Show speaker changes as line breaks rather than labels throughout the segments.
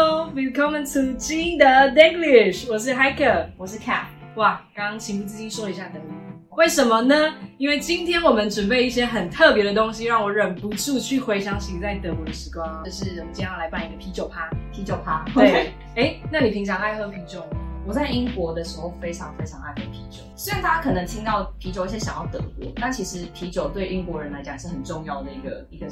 Welcome to 金德 Denglish，我是 Hiker。
我是 Cap，
哇，刚刚情不自禁说了一下德语，为什么呢？因为今天我们准备一些很特别的东西，让我忍不住去回想起在德国的时光。就是我们今天要来办一个啤酒趴。
啤酒趴。
对，哎、那你平常爱喝啤酒吗？
我在英国的时候非常非常爱喝啤酒，虽然大家可能听到啤酒一些想到德国，但其实啤酒对英国人来讲是很重要的一个一个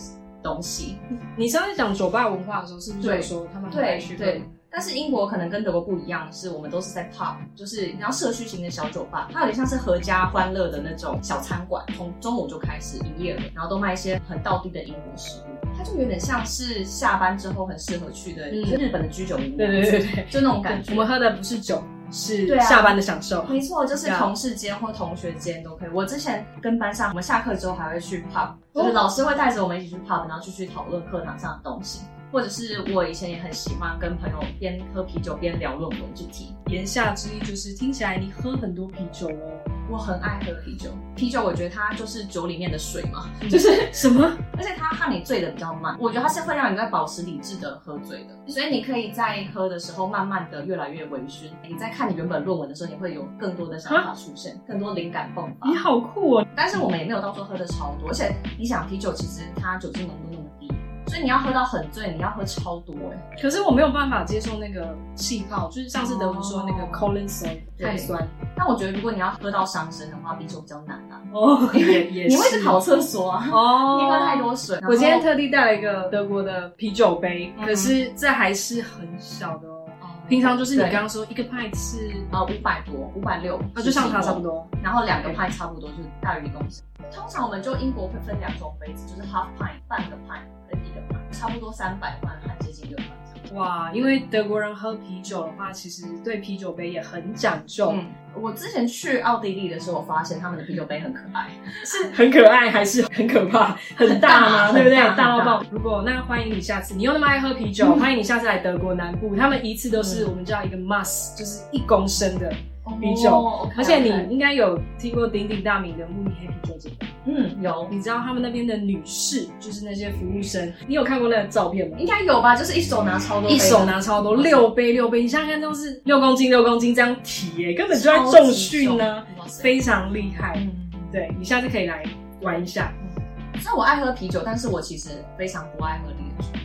东西。
你上次讲酒吧文化的时候，是不是
对
有说他们很爱
对
去喝？
对，但是英国可能跟德国不一样，是我们都是在 pub，就是你知道社区型的小酒吧，它有点像是合家欢乐的那种小餐馆，从中午就开始营业了，然后都卖一些很道地的英国食物，它就有点像是下班之后很适合去的
嗯
日本的居酒屋，
对对对，对，
就那种感觉。
我们喝的不是酒，是
对啊
下班的享受。
没错，就是
对啊
同事间或同学间都可以。我之前跟班上，我们下课之后还会去 pub，
哦
就是老师会带着我们一起去 pub，然后就去讨论课堂上的东西。或者是我以前也很喜欢跟朋友边喝啤酒边聊论文主题，
言下之意就是，听起来你喝很多啤酒哦。
我很爱喝啤酒。啤酒我觉得它就是酒里面的水嘛，
嗯
就是
什么？
而且它让你醉的比较慢，我觉得它是会让你在保持理智的喝醉的，所以你可以在喝的时候慢慢的越来越微醺。你在看你原本论文的时候，你会有更多的想法出现，更多灵感迸发。
你好酷哦！
但是我们也没有到说喝的超多，而且你想啤酒其实它酒精浓度那么低，所以你要喝到很醉，你要喝超多哎、
可是我没有办法接受那个气泡，就是上次德文说那个
哦
colon 酸
对
太酸
但我觉得如果你要喝到伤身的话，啤酒比较难啊，
哦， 也也
你会去跑厕所啊，
哦，
你喝太多。水。然后
我今天特地带了一个德国的啤酒杯，
嗯
可是这还是很小的哦。
哦
平常就是你
对
刚刚说一个派是
呃五百多，五百六，
啊，就像它差不，多。
然后两个派差不多就是大于一公升。通常我们就英国会分两种杯子，就是 half pint 半个 pint 跟一个 pint，差不多三百万还接近六百。
哇，因为德国人喝啤酒的话，其实对啤酒杯也很讲究，
嗯，我之前去奥地利的时候，我发现他们的啤酒杯很可爱。
是很可爱还是很可怕？很大吗？
很大
对不对？
很大
大到
很大
爆！如果那欢迎你下次，你又那么爱喝啤酒，
嗯
欢迎你下次来德国南部，他们一次都是
嗯
我们叫一个 mass，就是一公升的。啤酒
哦，OK，OK
而且你应该有听过鼎鼎大名的慕尼黑啤酒节，
嗯有，
你知道他们那边的女士就是那些服务生，你有看过那个照片吗？
应该有吧？就是一手拿超多，
一手拿超多，六杯六杯，你想想看，都是六公斤六公斤这样提耶、根本就在重训呢、
超级重哇塞
非常厉害。
嗯。
对你下次可以来玩一下
虽然我爱喝啤酒，但是我其实非常不爱喝烈酒，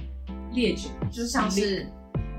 烈酒，
就像
嗯
是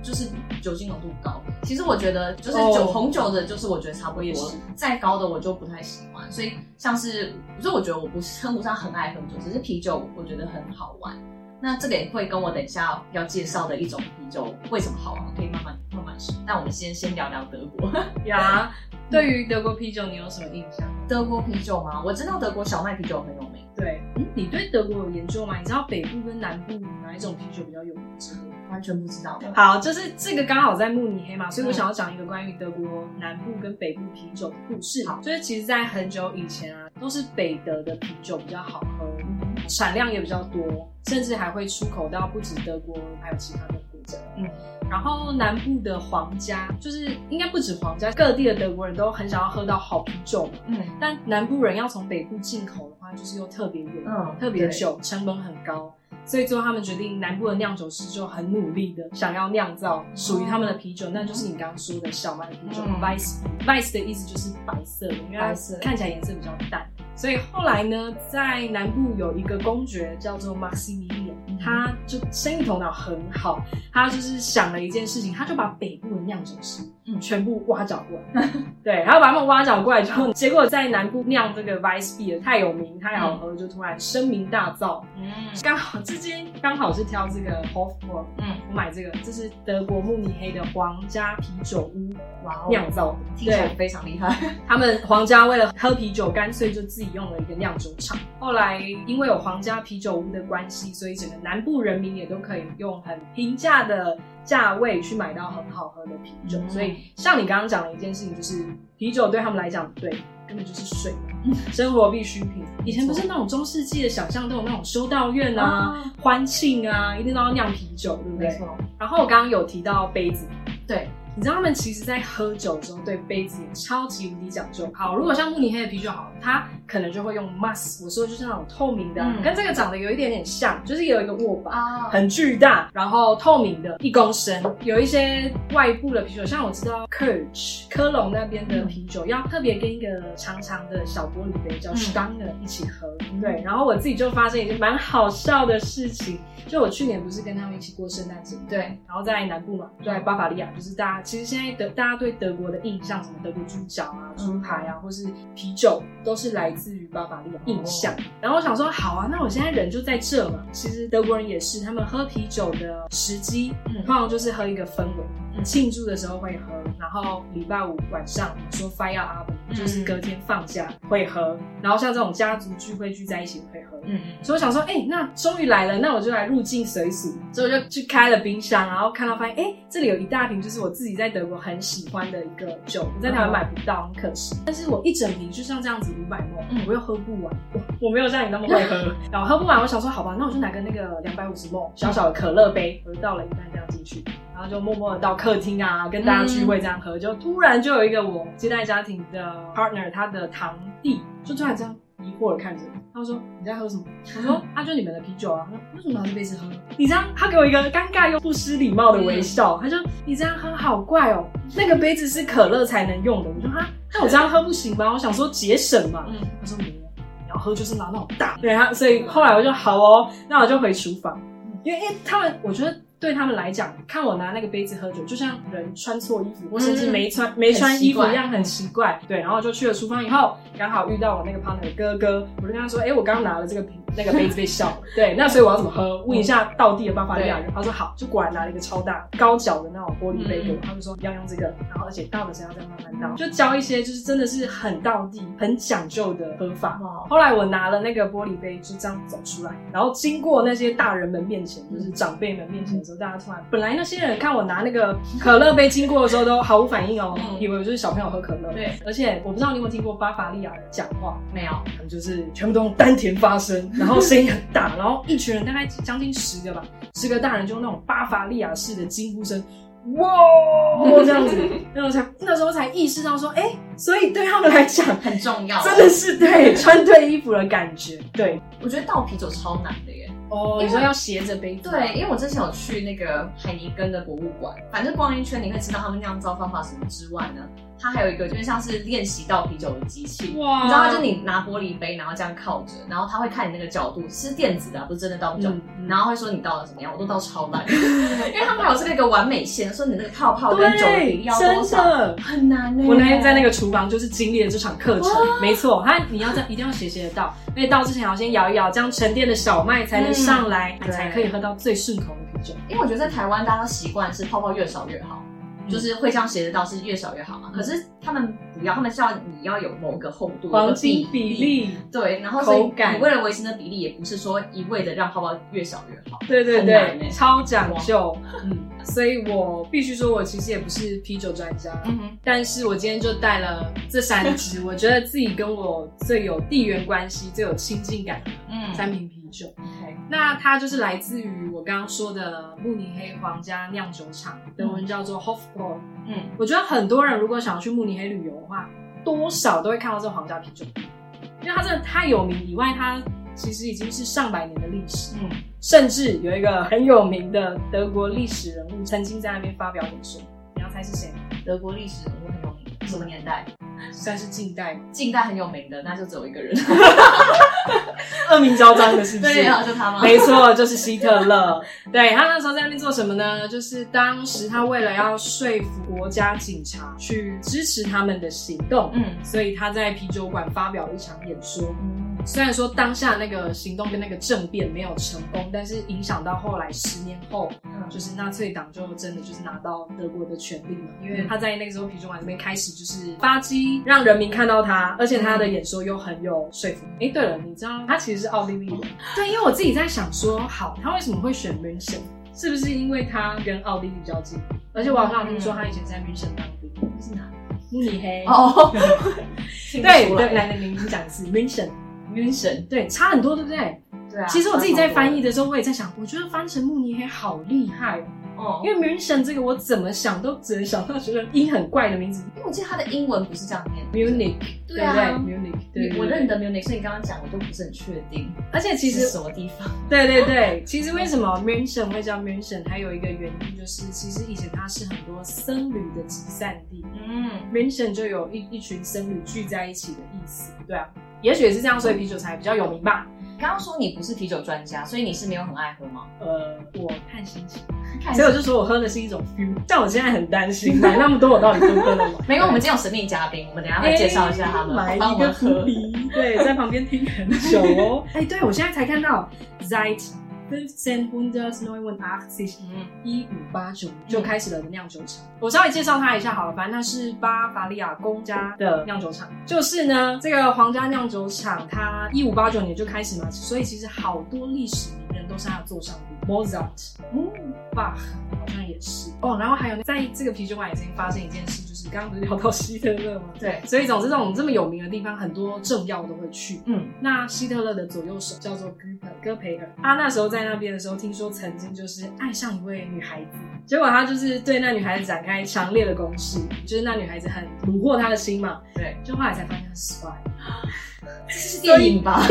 就是酒精浓度高。其实我觉得就是
哦
酒、红酒的，就是我觉得差不
我也
多
是，
再高的我就不太喜欢。所以像是，所以我觉得我不是称不上很爱喝酒，只是啤酒我觉得很好玩。那这个也会跟我等一下要介绍的一种啤酒为什么好玩，可以慢慢慢慢说。那我们先先聊聊德 国。
呀。对于德国啤酒，你有什么印象？
德国啤酒吗？我知道德国小麦啤酒很有名。
对，嗯，你对德国有研究吗？你知道北部跟南部哪一种啤酒比较有名之类的？
完全不知道。
好，就是这个刚好在慕尼黑嘛，所以我
嗯
想要讲一个关于德国南部跟北部啤酒的故事。
好
就是其实，在很久以前啊，都是北德的啤酒比较好喝，
嗯
产量也比较多，甚至还会出口到不止德国，还有其他的国家。
嗯，
然后南部的皇家，就是应该不止皇家，各地的德国人都很想要喝到好啤酒嘛。
嗯
但南部人要从北部进口的话，就是又特别远，
嗯
特别久，成本很高，所以最后他们决定南部的酿酒师就很努力的想要酿造属于他们的啤酒，那就是你刚刚说的小麦啤酒、
嗯
v i c e Vice 的意思就是白色的，因为它
白色
看起来颜色比较淡。所以后来呢，在南部有一个公爵叫做 Maximilian，
嗯
他就生意头脑很好，他就是想了一件事情，他就把北部的酿酒师
嗯
全部挖角过来，对，然后把他们挖角过来之后，结果在南部酿这个 Vice Beer 太有名太好喝，就突然声名大噪。
嗯
刚好之间刚好是挑这个 Hofburg，
嗯，
我买这个，这是德国慕尼黑的皇家啤酒屋
哇哦
酿造的，
听起
对。
来非常厉害。
他们皇家为了喝啤酒，干脆就自己用了一个酿酒厂。后来因为有皇家啤酒屋的关系，所以整个南部人民也都可以用很平价的价位去买到很好喝的啤酒。
嗯
所以像你刚刚讲的一件事情，就是啤酒对他们来讲，对，根本就是水嘛， 生活必需品。以前不是那种中世纪的想象都有那种修道院啊、
啊
欢庆啊，一定都要酿啤酒，对不对？
错，
然后我刚刚有提到杯子，
对，
你知道他们其实在喝酒的时候对杯子也超级无敌讲究。好，如果像慕尼黑的啤酒好了，它可能就会用 mass，我说的就是那种透明的啊，
嗯
跟这个长得有一点点像，就是有一个握把。
啊，
很巨大，然后透明的，一公升。有一些外部的啤酒，像我知道 k i r c h 科隆那边
嗯
的啤酒，要特别跟一个长长的小玻璃杯叫
嗯
s t a n g e r 一起喝。对，然后我自己就发现一件蛮好笑的事情，就我去年不是跟他们一起过圣诞节，
对，
然后在南部嘛，在巴伐利亚，就是大家其实现在德大家对德国的印象，什么德国猪脚啊、猪排
嗯
啊，或是啤酒，都是来自于巴伐利亚印象。然后我想说，好啊，那我现在人就在这嘛。其实德国人也是，他们喝啤酒的时机，
嗯
通常就是喝一个氛
嗯
围，庆祝的时候会喝，然后礼拜五晚上说 fire up，
嗯
就是隔天放假会喝，然后像这种家族聚会聚在一起会喝。
嗯嗯，
所以我想说，哎、那终于来了，那我就来入境随俗。所以我就去开了冰箱，然后看到发现，哎、这里有一大瓶，就是我自己在德国很喜欢的一个酒，我在台湾买不到，很可惜。但是我一整瓶就像这样子五百
嗯
ml，我又喝不完，我我没有像你那么会喝， 然后喝不完，我想说，好吧，那我就拿个那个两百五十 ml 小小的可乐杯，我就倒了一半这样进去。然后就默默的到客厅啊，跟大家聚会这样喝，就突然就有一个我接待家庭的 partner，他的堂弟就突然这样疑惑的看着我，他说：“你在喝什么？”我说：“啊，就你们的啤酒啊。”他说：“为什么拿这杯子喝？”你这样，他给我一个尴尬又不失礼貌的微笑，嗯他就：“你这样喝好怪哦，那个杯子是可乐才能用的。”我说：“哈，那我这样喝不行吗？我想说节省嘛。”
嗯
他说没有，你要喝就是拿那种大。对他，所以后来我就好哦，那我就回厨房，因为因为他们，我觉得。对他们来讲，看我拿那个杯子喝酒，就像人穿错衣服，或甚至没穿、没穿衣服一嗯样，很奇怪。对，然后就去了厨房以后，刚好遇到我那个 partner 的哥哥，我就跟他说：“哎、我刚刚拿了这个瓶，那个杯子被笑 了。对，那所以我要怎么喝？问一下道地的办法利亚人。”他说：“好。”就果然拿了一个超大高脚的那种玻璃杯给我，他们说要用这个，然后而且倒的时候要再慢慢倒，就教一些就是真的是很道地、很讲究的喝法。
哦，
后来我拿了那个玻璃杯，就这样走出来，然后经过那些大人们面前，就是长辈们面前的时候，大家突然，本来那些人看我拿那个可乐杯经过的时候都毫无反应哦，
嗯
以为我就是小朋友喝可乐。
对，
而且我不知道你有没有听过巴伐利亚人讲话，
没有，
他们就是全部都用丹田发声，然后声音很大，然后一群人大概将近十个吧，十个大人就用那种巴伐利亚式的惊呼声。哇，这样子，那时候才那时候才意识到说，哎、所以对他们来讲，
很重要，哦
真的是对穿对衣服的感觉，对
我觉得倒啤酒超难的耶。
哦
你说要
斜着啊杯子
对，因为我之前有去那个海尼根的博物馆，反正逛一圈你会知道他们酿造方法什么之外呢，它还有一个就是像是练习倒啤酒的机器。
哇，
你知道，它就你拿玻璃杯，然后这样靠着，然后它会看你那个角度，是电子的、啊，不是真的倒啤酒。
嗯嗯
然后会说你倒的怎么样，我都倒超烂，因为他们还有这个一个完美线，说你那个泡泡跟酒的比例要多
真
少，
的。
很难呢、欸
我那天在那个厨房就是经历了这场课程，没错，它你要在一定要斜斜的倒，因为倒之前要先摇一摇，这样沉淀的小麦才能上来，
嗯
才
对
可以喝到最顺口的啤酒。
因为我觉得在台湾大家都习惯是泡泡越少越好，
嗯
就是会这样斜着倒是越少越好嘛。
嗯
可是他们不要，他们是要你要有某个厚度、
黄金比
有个例。
例，
对，然后所以
口感
你为了维持那比例，也不是说一味的让泡泡越少越好。
对对
很难
对，
欸
超讲究，嗯，所以我必须说，我其实也不是啤酒专家，
嗯哼，
但是我今天就带了这三 支，我觉得自己跟我最有地缘关系、最有亲近感的
嗯
三瓶啤酒。那它就是来自于我刚刚说的慕尼黑皇家酿酒厂，德文叫做 Hofbräu。
嗯，
我觉得很多人如果想要去慕尼黑旅游的话，多少都会看到这皇家啤酒，因为它真的太有名。以外，它其实已经是上百年的历史，
嗯，
甚至有一个很有名的德国历史人物曾经在那边发表演说。你要猜是谁吗？
德国历史人物很有名，什么年代？
算是近代
近代很有名的，那就只有 一个人。
恶名昭彰的，是不是？
对啊，就他吗？
没错，就是希特勒。对他那时候在那边做什么呢？就是当时他为了要说服国家警察去支持他们的行动，
嗯
所以他在啤酒馆发表了一场演说。
嗯
虽然说当下那个行动跟那个政变没有成功，但是影响到后来十年后，
嗯
就是纳粹党就真的就是拿到德国的权利嘛，因为他在那个时候啤酒馆这边开始就是发迹，让人民看到他，而且他的演说又很有说服力。哎，对了，你知道他其实是奥地利人， 对，因为我自己在想说，好，他为什么会选 München？是不是因为他跟奥地利比较近？而且我好像有听说他以前在 München 当兵，
是哪？
慕尼黑。
哦，听不
对
出
对，
来
来来，你你讲一次 München，
晕神。
对，差很多，对不对？
对啊，
其实我自己在翻译的时候，我也在想，我觉得翻成慕尼黑好厉害哦，
哦，因为
因为 München 这个我怎么想都只能想到觉得音很怪的名字
因为我记得他的英文不是这样念的。
，Munich，
对啊
不对？Munich，对对
我认得 Munich，所以你刚刚讲我都不是很确定
而且其
其
实
实什么地方。
对对对，其实为什么 Munchen 会叫 Munchen，还有一个原因就是，其实以前它是很多僧侣的集散地
嗯，
，Munchen 就有一一群僧侣聚在一起的意思，对啊，也许也是这样，所以啤酒才比较有名吧。
刚刚说你不是啤酒专家，所以你是没有很爱喝吗？
呃，我看心情，
看一
所以
下
我就说我喝的是一种 feel，但我现在很担心，买那么多我到底喝不喝 得完？
没有，我们今天有神秘嘉宾，我们等一下会介绍一下他们，
哎买
帮
一
我
个
们
伏
喝。
笔，对，在旁边听很久哦。 哎、对我现在才看到，seit fünfzehnhundertneunundachtzig
嗯，
一五八九就开始了酿酒厂。我稍微介绍它一下好了，反正它是巴伐利亚公家的酿酒厂。就是呢，这个皇家酿酒厂，它一五八九年就开始嘛，所以其实好多历史名人都是它的座上宾，Mozart、
嗯，
Bach 好像也是哦。然后还有在这个啤酒馆也曾经发生一件事，就是刚刚不是聊到希特勒吗？
对，
所以总之，这种这么有名的地方，很多政要都会去。
嗯，
那希特勒的左右手叫做戈培戈培尔，他那时候在那边的时候，听说曾经就是爱上一位女孩子，结果他就是对那女孩子展开强烈的攻势，就是那女孩子很虏获他的心 嘛，
对，
就后来才发现他是 spy，
这是电影吧？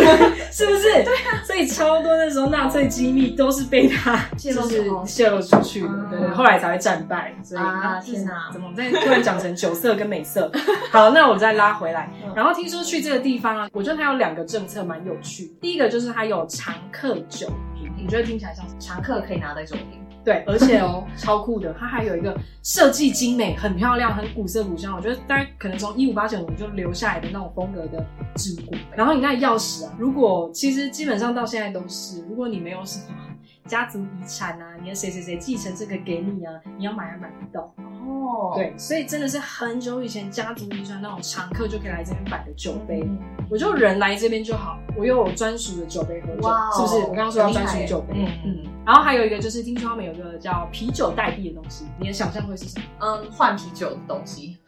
是不是？对啊，所以超多那时候纳粹机密都是被他
泄
就
露
是
出哦
泄露出去的，
啊
对对，后来才会战败。所以
啊
就是
天哪
怎么在突然讲成酒色跟美色？好，那我再拉回来。
嗯
然后听说去这个地方啊，我觉得它有两个政策蛮有趣。第一个就是它有常客酒瓶，你觉得听起来像什么？
常客可以拿的酒瓶，
对，而且哦，超酷的，它还有一个设计精美、很漂亮、很古色古香。我觉得大家可能从一五八九年就留下来的那种风格的置物柜。然后你那钥匙啊，如果其实基本上到现在都是，如果你没有什么家族遗产啊，你的谁谁谁继承这个给你啊，你要买也买不到。
哦，
对，所以真的是很久以前家族遗传那种常客就可以来这边摆的酒杯。我就人来这边就好，我又有专属的酒杯喝酒
哇哦
是不是？我刚刚说要专属酒杯
很厉害耶，嗯
嗯。然后还有一个就是，听说他们有个叫啤酒代币的东西，你的想象会是什么？
嗯，换啤酒的东西，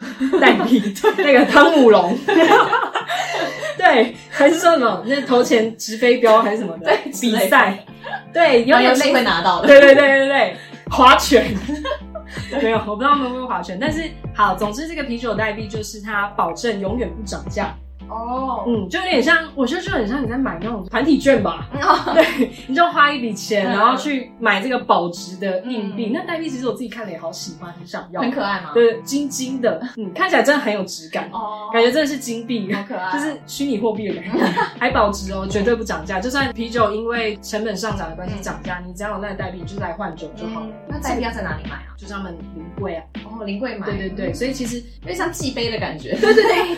代 币，那个汤姆龙，对，还是说什么那投钱直飞镖还是什么的
对
比赛，对，有
然
点
后人类会拿到的。
对对对对对，划拳。 没有，我不知道他们会不会划拳，但是好，总之这个啤酒代币就是它保证永远不涨价，
哦，
嗯，就有点像，我觉得就很像你在买那种团体券吧，
嗯哦
对，你就花一笔钱，
嗯
然后去买这个保值的硬币。
嗯
那代币其实我自己看了也好喜欢，很想要，
很可爱吗？，
对，金金的，嗯，看起来真的很有质感，
哦，
感觉真的是金币。
好可爱哦，
就是虚拟货币的感觉， 还保值哦，绝对不涨价。就算啤酒因为成本上涨的关系
嗯
涨价，你只要有那个代币，你就是来换酒就好了
嗯。那代币要在哪里买啊？
就是他们临柜啊，
哦，临柜买。
对对对，
嗯，
所以其实
有点像寄杯的感觉。
对对对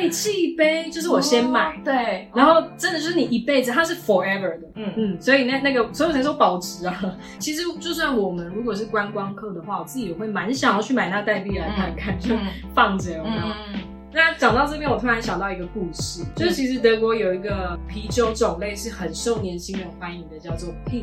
对，气杯就是我先买，
哦，对，
然后真的就是你一辈子，它是 forever 的。
嗯，
嗯，所以那那个，所以我才说保值啊。其实就算我们如果是观光客的话，我自己也会蛮想要去买那代币来看看，就
嗯
放着有没有？
嗯，
那讲到这边，我突然想到一个故事，就是其实德国有一个啤酒种类是很受年轻人欢迎的，叫做 Pils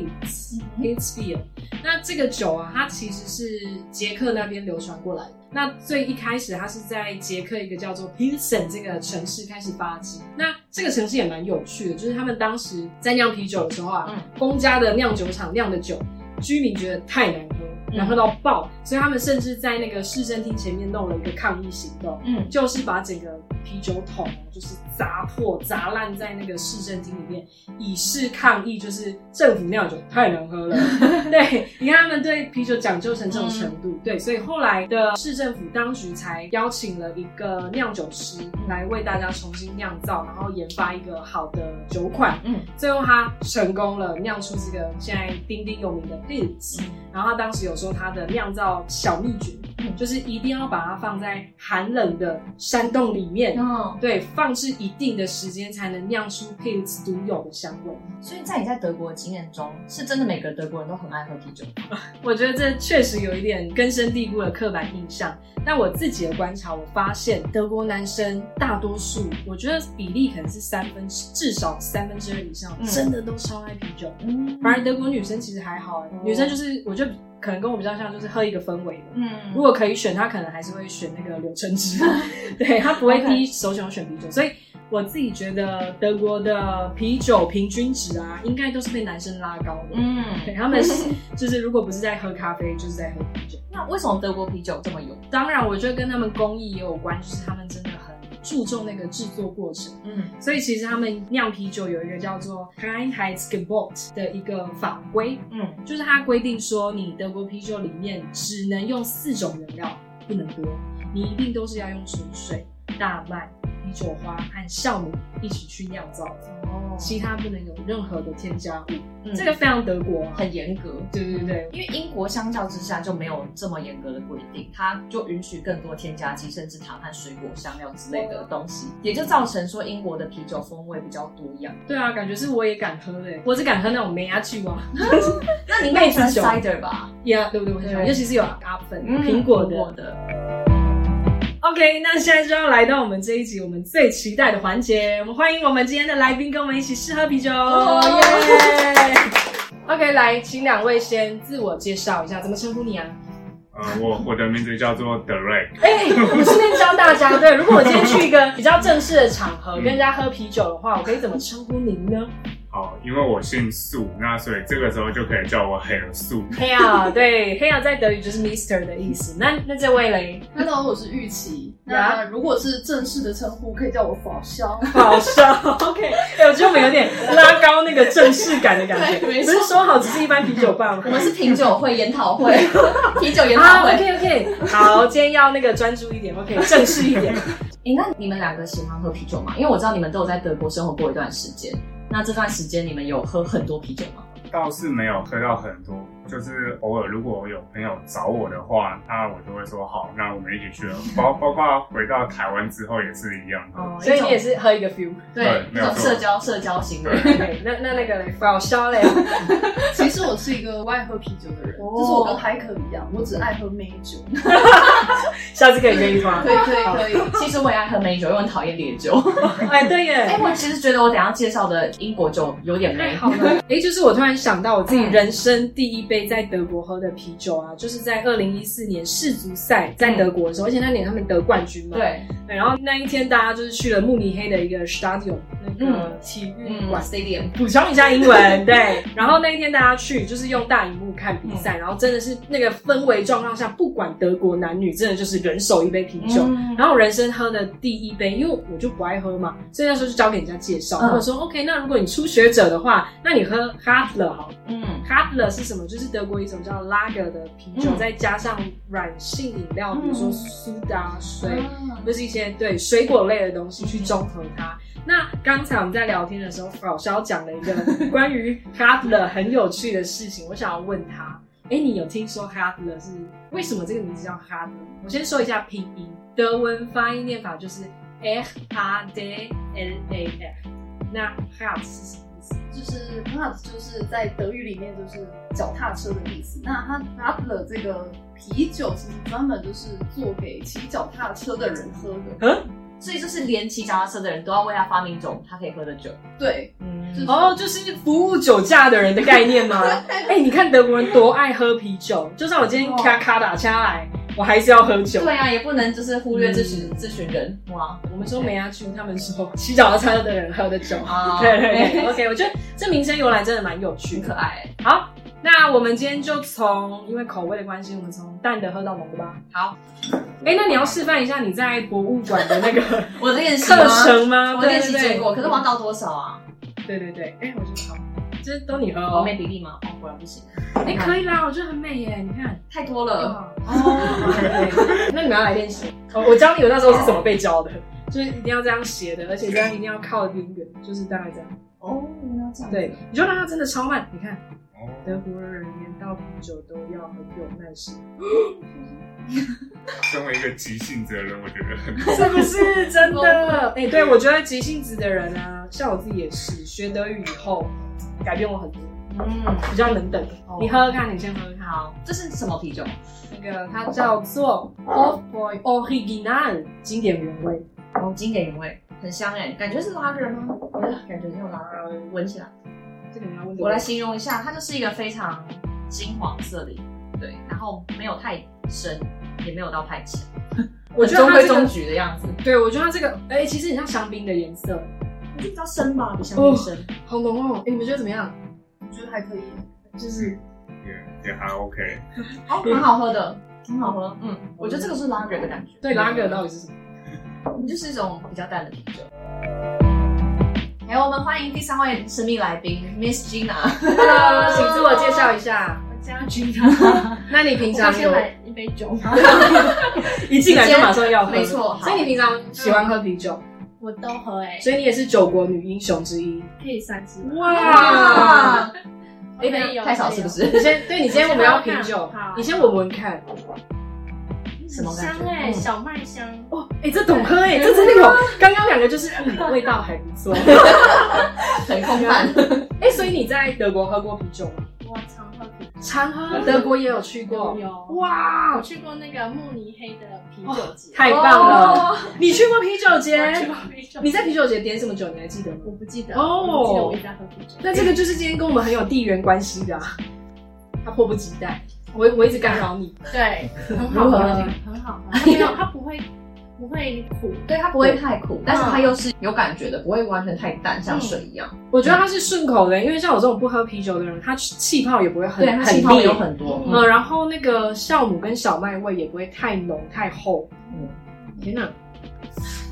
嗯
Pils Beer。那这个酒啊，它其实是捷克那边流传过来的。那最一开始，它是在捷克一个叫做 Pilsen 这个城市开始发迹。那这个城市也蛮有趣的，就是他们当时在酿啤酒的时候啊，
嗯
公家的酿酒厂酿的酒，居民觉得太难
嗯
喝，难喝到爆，所以他们甚至在那个市政厅前面弄了一个抗议行动。
嗯，
就是把整个啤酒桶就是砸破、砸烂在那个市政厅里面，以示抗议，就是政府酿酒太难喝了。对，你看他们对啤酒讲究成这种程度，对，所以后来的市政府当局才邀请了一个酿酒师来为大家重新酿造，然后研发一个好的酒款。
嗯，
最后他成功了，酿出这个现在鼎鼎有名的 p i l s 然后他当时有说他的酿造小秘诀，
嗯
就是一定要把它放在寒冷的山洞里面，
哦，
对，放置一定的时间才能酿出 Pils 独有的香味。
所以在你在德国的经验中，是真的每个德国人都很爱喝啤酒。
我觉得这确实有一点根深蒂固的刻板印象。但我自己的观察，我发现德国男生大多数，我觉得比例可能是三分之，至少三分之二以上，
嗯
真的都超爱啤酒。
嗯
反而德国女生其实还好、
哦
欸，女生就是我觉得可能跟我比较像，就是喝一个氛围的。
嗯
如果可以选，她可能还是会选那个柳橙 汁，对她不会
OK
第一首选选啤酒。所以我自己觉得德国的啤酒平均值啊，应该都是被男生拉高的。
嗯，
对，他们 是就是如果不是在喝咖啡，就是在喝啤酒。
那为什么德国啤酒这么有？
当然，我觉得跟他们工艺也有关，就是他们真的很注重那个制作过程。
嗯
所以其实他们酿啤酒有一个叫做 k l e i n h e i t s g e b o t 的一个法规，
嗯
就是它规定说，你德国啤酒里面只能用四种原料，不能多，你一定都是要用纯水、大麦、啤酒花和酵母一起去酿造的，
哦
嗯其他不能有任何的添加物。
嗯
这个非常德国，
很严格。
对对对，
因为英国相较之下就没有这么严格的规定，它就允许更多添加剂，甚至糖和水果、香料之类
哦
的东西，也就造成说英国的啤酒风味比较多样。
对啊，感觉是我也敢喝的，我只敢喝那种梅阿去啊，
那你
妹
妹
子
穿
酒
cider 吧？
呀，对不对？我很喜欢，
对
尤其是有阿粉、
嗯
苹果的。
的
OK，那现在就要来到我们这一集我们最期待的环节，我们欢迎我们今天的来宾跟我们一起试喝啤酒，耶、
哦
OK，来，请两位先自我介绍一下，怎么称呼你啊？
呃，我我的名字叫做 Derek，
哎、我顺便教大家，对，如果我今天去一个比较正式的场合跟人家喝啤酒的话，我可以怎么称呼您呢？
好，因为我姓素，那所以这个时候就可以叫我黑尔素。
黑啊，对，黑啊在德语就是 Mister 的意思。那那这位嘞，
Hello，我是玉琪。
呀
那如果是正式的称呼，可以叫我法肖。
好笑，OK，哎、 我觉得我们有点拉高那个正式感的感觉，
对
不
没
是
错
说好只是一般啤酒吧吗？
我们是品酒会、研讨 会、啤酒研
啊
讨会。哎、
，OK OK，好，今天要那个专注一点，OK，正式一点。
那你们两个喜欢喝啤酒吗？因为我知道你们都有在德国生活过一段时间，那这段时间你们有喝很多啤酒吗？
倒是没有喝到很多，就是偶尔如果有朋友找我的话，那我就会说好，那我们一起去喝。包包括回到台湾之后也是一样的。
哦所以你也是喝一个 few。
对
对，没
那
有
种
错
社交社交行为。
OK，那那那个嘞，搞笑嘞，
其实我是一个不爱喝啤酒的人，
哦
就是我跟 Hiker 一样，我只爱喝美酒。
下次可以跟你啊吗
可？以可以可 以，
其实我也爱喝美酒，因为我很讨厌烈酒。
哎，对
哎、
耶。
我其实觉得我等一下介绍的英国酒有点
太
美
好了！哎，就是我突然想到我自己人生第一杯在德国喝的啤酒啊，就是在二零一四年世足赛在德国的时候，而且那年他们得冠军嘛。
对，
对。然后那一天大家就是去了慕尼黑的一个 stadium 那个体育
嗯
馆，
，Stadium，
补充一下英文，对。然后那一天大家去，就是用大荧幕看比
嗯
赛，然后真的是那个氛围状况下，不管德国男女，真的就是人手一杯啤酒。
嗯
然后我人生喝的第一杯，因为我就不爱喝嘛，所以那时候就交给人家介绍。
嗯
他们说，OK，那如果你初学者的话，那你喝 Hadler 好了。
嗯
Hadler 是什么？就是德国一种叫 Lager 的啤酒，
嗯
再加上软性饮料，比如说苏打水，
嗯
啊
就是一些对水果类的东西去中和它。那刚才我们在聊天的时候，老肖讲了一个关于 Hadler 很有趣的事情，我想要问他，哎，你有听说 Hadler 是为什么这个名字叫 Hadler？我先说一下拼音，德文发音念法就是 H A D L A F。那 Had 是什么意思？
就是 n a t 就是在德语里面就是脚踏车的意思。那它 n a t 的这个啤酒其实专门就是做给骑脚踏车的人喝的。
所以就是连骑脚踏车的人都要为他发明一种他可以喝的酒。
对，
嗯，
哦，就是服务酒驾的人的概念 吗？哎、你看德国人多爱喝啤酒，就算我今天咔咔打下来，我还是要喝酒。
对啊，也不能就是忽略这群、
嗯
这群人哇。
我们说梅亚区，他们说洗脚车的人喝的 酒。
啊
对对对，OK，我觉得 这名称由来真的蛮有趣
很可
的。
爱欸。
好，那我们今天就从因为口味的关系，我们从淡的喝到浓的吧。
好，
哎、那你要示范一下你在博物馆的 那个
我的练习
课
吗？
程吗？
我的
对
练
对
习
对
结果，可是我要倒多少啊？
对对对，哎、我觉得好，这都你喝
完
哦。
美比例吗？哦，果然不行，
哎、可以啦，我觉得很美耶，你看。
太多了。
哦，那你们要来练习。哦，我教你，我那时候是怎么被教的，就是一定要这样斜的，而且这样一定要靠边缘，就是大概这样。
哦，原来这样。
对，你就让它真的超慢。你看，
哦，
德国人连倒啤酒都要很有耐心，
身为一个急性子的人，我觉得 很痛。
是不是真的？哎、对，我觉得急性子的人啊，像我自己也是，学德语以后改变我很多，
嗯，
比较能等。你喝喝看，你先喝喝看。
好，这是什么啤酒？
那个它叫做
哦
Off Boy Original 经典原味。
哦，经典原味，很香哎，感觉是拉格吗？我就感觉像拉格，闻起来。
这个你要问
我来形容一下，它就是一个非常金黄色的，对，然后没有太深，也没有到太浅，
我觉得
中
它
规
这个
中矩的样子，
对，我觉得它这个，哎、其实很像香槟的颜色，
这比较深吧，比香
槟
槟
深
深。
好浓哦、哎、你们觉得怎么样？
我觉得还可以。
就是
也也还 OK，
哦，蛮好喝的，很好喝，嗯，我觉得这个是拉格的感觉。
对拉格到底是什么？
们就是一种比较淡的啤酒。还有，我们欢迎第三位神秘来宾 Miss Gina。
Hello，请自我介绍一下。
我家军他，
那你平
我
常
先
有
买一杯酒。
一进来就马上要喝，
没错好
所以你平常喜欢喝啤酒，
我都喝哎、
所以你也是九国女英雄之一。
可以三支吗？
哇！
哎没有
太少是不
你
是？
先，对你今天我们要啤酒
好，
你先闻闻看。
什么感
香
觉
哎、
嗯
小麦香。
哇，哎，这懂喝哎，这真的有。刚刚两个就是，嗯，味道还不错。
很空泛。
哎，所以你在德国喝过啤酒吗？
我常喝啤
常喝，德国也有去过
酒。。有，我
哇，
去过那个慕尼黑的啤
哦
酒节，
太棒了！
哦！
你去过啤酒节
我？去过啤酒节，
你在啤酒节点什么酒？你还记得吗？
我不记得
哦
我不记得我一直在喝啤酒。
那这个就是今天跟我们很有地缘关系的、啊， 他迫不及待。我我一直干扰你，
对，很
如何
好喝，很好喝，没有它不会不会苦，
对，它不会太苦，但是它又是有感觉的，不会完全太淡，像水一样。
我觉得它是顺口的，因为像我这种不喝啤酒的人，它气泡也不会很
对，
很
它气泡
烈
有，很多。
嗯，然后那个酵母跟小麦味也不会太浓太厚。嗯
嗯，
天哪，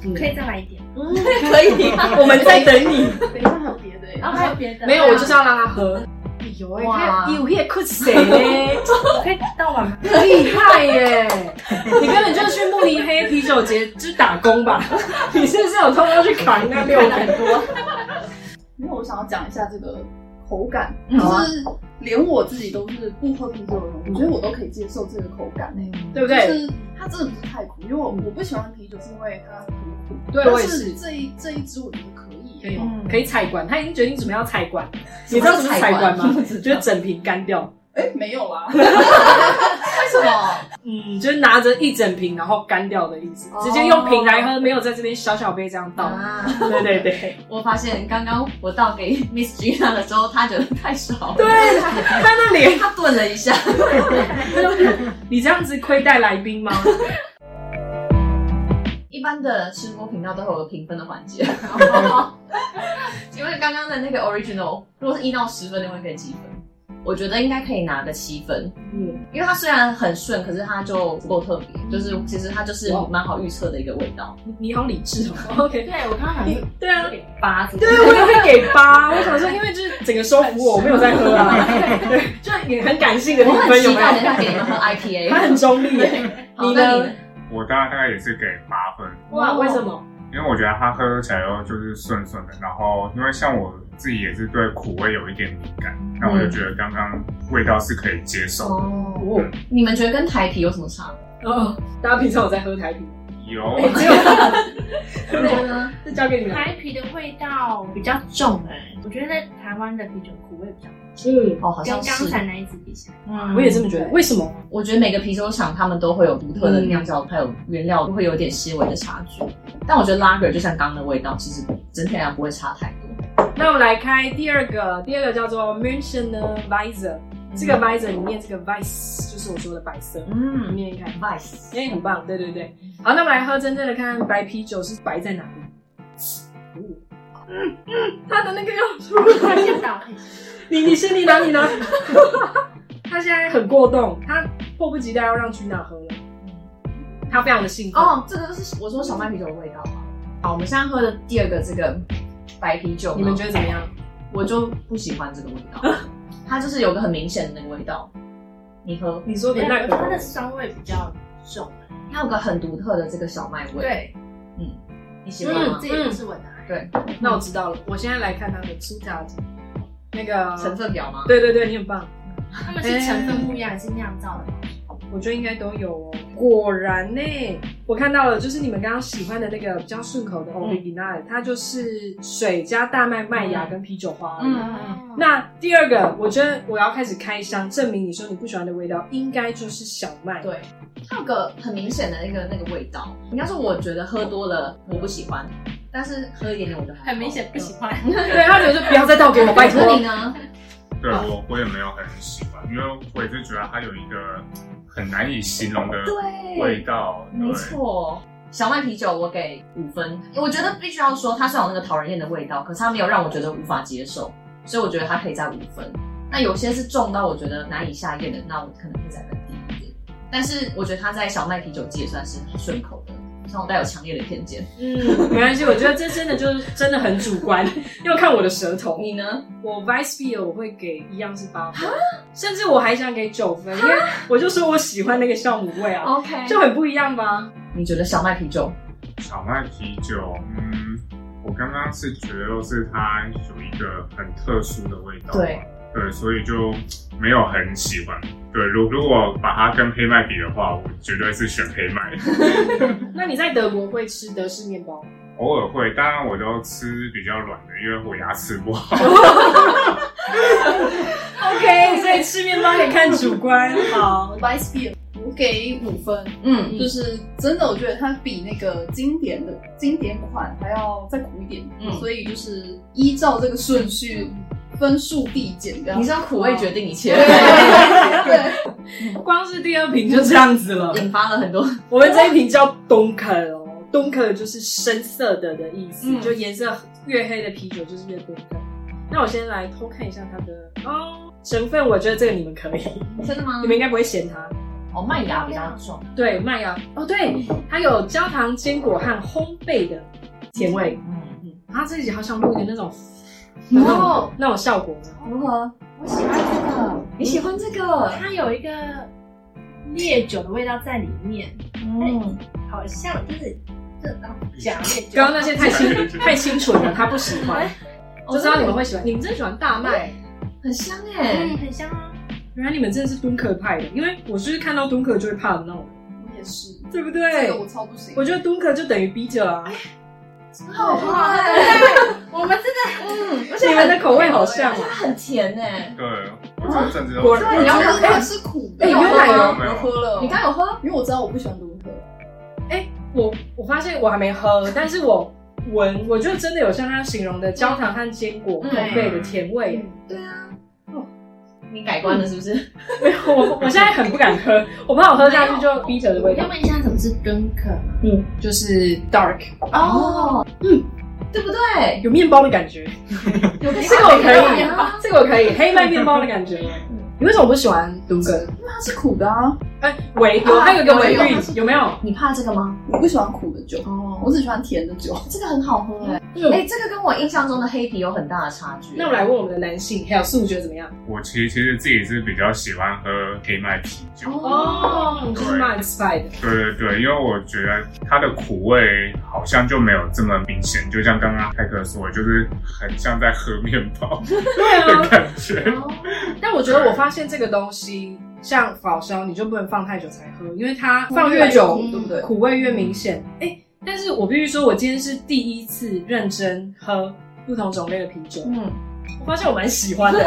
嗯
可以再来一点。
可以。
我们在等你。
等一啊下还有别的耶
啊然后还有别的，
没有，啊我就是要让他喝。哎呦喂，
哇
他有夜困谁嘞？
我可以倒完吗？
厉害耶！你根本就是去慕尼黑啤酒节就是打工吧？ 你是不是有偷偷去扛那六
很
个？
多，
因为我想要讲一下这个口感，就
好啊
是连我自己都是不喝啤酒的人，我觉得我都可以接受这个口感
嗯
诶、
对不
就
对？
是它真的不是太苦，因为我我不喜欢啤酒是因为它很苦，
对
但
我也
是
是
这一这一支我觉得可以
可
耶、
以
嗯
可以采管，他已经决定准备要采管。你知道什么是采管 吗？就是整瓶干掉。
哎、没有啦，
为什 么？
嗯，就是拿着一整瓶然后干掉的意思，
哦
直接用瓶来喝，没有在这边小小杯这样倒。
啊！
对 对对，
我发现刚刚我倒给 Miss Gina 的时候，她觉得太少了，哎
对他那脸，
她顿了一下。
你这样子亏待来宾 吗？
一般的吃播频道都会有个评分的环节。 请问刚刚的那个 original，如果是一到十分，你会给几分？我觉得应该可以拿个七分，
嗯，
因为它虽然很顺，可是它就不够特别，就是其实它就是
哇
蛮好预测的一个味道。
你你好理智 哦。OK，
对我刚刚好像是
对啊。
给八子，
对，我也会给八。我 想说，因为就是整个收服我，我没有在喝啊，对，就也很感性的
我
评
很
分有
期
没
待等
有？
一下给你们喝 IPA。
他很中立耶，
好，
你
那你
呢
呢？？
我大概大概也是给八分，
哇，为什么？
因为我觉得它喝起来后就是顺顺的，然后因为像我自己也是对苦味有一点敏感，那我就觉得刚刚味道是可以接受的。
嗯哦，
我
你们觉得跟台啤有什么差？
哦，大家平常有在喝台啤？
有，
哎只有
对呢？
这交给你了。
台啤的味道比较重哎、我觉得在台湾的啤酒苦味比较重，
嗯，
哦，好像
跟
是
刚。才那一支比起来，
嗯
我也这么觉得。为什么？
我觉得每个啤酒厂他们都会有独特的酿造，还有原料都会有点些微的差距。但我觉得拉格就像刚刚的味道，其实整体来讲不会差太多。
那我们来开第二个，第二个叫做 München 呢 Weiser，这个 Weiser 里面这个 Weiss 就是我说的白色，你
嗯
念念看，
，vice，
哎，很棒，对对对。好，那我们来喝真正的看看白啤酒是白在哪里。哦嗯，它的那个又出来
快先倒，快先
你你先你拿你拿。 他现在很过动，他迫不及待要让君娜喝了，他非常的兴奋。
哦，这个就是我说小麦啤酒的味道嘛。好，我们现在喝的第二个这个白啤酒呢，
你们觉得怎么样？
我就不喜欢这个味道， 它就是有个很明显的那个味道。你喝，
你说的
倒
那
我觉得它的
个，
酸味比较重、
它有个很独特的这个小麦味。，
对，
你喜欢吗
这？也嗯不是啊我的爱。
那我知道了。我现在来看他的苏塔那个
成，分表吗？
对对对，你很棒。
他们是成分不一样，也是酿造的。
我觉得应该都有哦。果然呢、我看到了，就是你们刚刚喜欢的那个比较顺
嗯
口的 original，、它就是水加大麦麦芽跟啤酒花而已。
嗯嗯
哦
那第二个，我觉得我要开始开箱，证明你说你不喜欢的味道，应该就是小麦。
对，它有个很明显的那个那个味道。应该是我觉得喝多了我不喜欢，但是喝一点点我就还好
很明。显不喜欢，
对，他觉得不要再倒给我，拜托。
那你呢？
对我我也没有很喜欢，因为我也是觉得它有一个很难以形容的
对
味道。
没错。小麦啤酒我给五分，我觉得必须要说它虽然有那个讨人厌的味道，可是它没有让我觉得无法接受，所以我觉得它可以在五分。那有些是重到我觉得难以下咽的，那我可能会再更低一点。但是我觉得它在小麦啤酒界算是很顺口的，像我带有强烈的偏见。
嗯，没关系，我觉得这真的就是真的很主 观，要看我的舌头。
你呢？
我 Vice Beer 我会给一样是八分，甚至我还想给九分，因为我就说我喜欢那个酵母味啊，
哦 OK，
就很不一样吧。
你觉得小麦啤酒？
小麦啤酒，嗯，我刚刚是觉得是它有一个很特殊的味道，啊
对
对，所以就没有很喜欢。对，如如果把它跟黑麦比的话，我绝对是选黑麦。
那你在德国会吃德式面包吗？
偶尔会，当然我都吃比较软的，因为我牙齿不好。
OK，所以 吃面包也看主观。 好，
Vice Beer，我给五分，
嗯
就是真的，我觉得它比那个经典的经典款还要再苦一点，
嗯
所以就是依照这个顺序分数递减这样
你知。道苦味决定一切，
对，
光是第二瓶就这样子了。
引发了很多。
我们这一瓶叫 Dunkel 哦，Dunkel 就是深色的的意思，
嗯
就颜色越黑的啤酒就是越 Dunkel。那我先来偷看一下它的哦嗯成分，我觉得这个你们可以，
真的吗
你们应该不会嫌它。
哦，麦芽比较重，
对，麦芽哦，对，它有焦糖、坚果和烘焙的甜味。
嗯，
嗯，它自己好想录一个那种
嗯
那种那种效果呢。
如何？
我喜欢这
你喜欢这个
个，？它有一个烈酒的味道在里面，
嗯，
好像就是这啊讲烈酒，
刚刚那些太 清太清纯了，他不喜欢。
哦
就知道你们会喜欢，你们真的喜欢大麦。
很香
嗯
哎，
很香啊，
原来你们真的是敦克派的，因为我就是看到敦克就会怕的那种，
我也是，
对不
这
对
个？我超不行。
我觉得敦克就等于逼着啊，
好喝哎，
我们真的
嗯，而且
你们的口味好像
它
啊。
很甜哎。
对，我这阵子都
果
吃
然
不
你要
了
喝它是苦的，
哎有奶油
我喝了，
你刚有哦喝？
因为我知道我不喜欢独喝，
哎、我我发现我还没喝，但是我闻，我觉得真的有像他形容的焦糖和坚果
嗯
烘焙的甜
嗯
味。
对啊，你改观了是不是？
没有，我我现在很不敢喝，我怕我喝下去就逼着的味道
要。问一下怎么是敦克吗？
就是 dark，
哦，
嗯，
对不对？
有面包的感觉。
有个
哎
这个我可
香味
以，这个我可以，黑麦面包的感觉。你为什么不喜欢独根？
因为它是苦的啊，
哎，尾有它有一个尾
有
韵，有没有？
你怕这个吗？
我不喜欢苦的酒，
哦，
我只喜欢甜的酒。
这个很好喝哎。哎、
嗯，
这个跟我印象中的黑啤有很大的差距。欸
那我们来问我们的男性，还有素觉得怎么样？
我其实其实自己是比较喜欢喝黑麦啤酒。
哦，就是 Max p i 的，
对对对，因为我觉得它的苦味好像就没有这么明显，就像刚刚泰克说的，就是很像在喝面包
对
的
啊。
感觉。
但我觉得我发现这个东西，像发烧，你就不能放太久才喝，因为它放越久，嗯
对不对？
苦味越明显。哎，但是我必须说，我今天是第一次认真喝不同种类的啤酒，
嗯，
我发现我蛮喜欢的，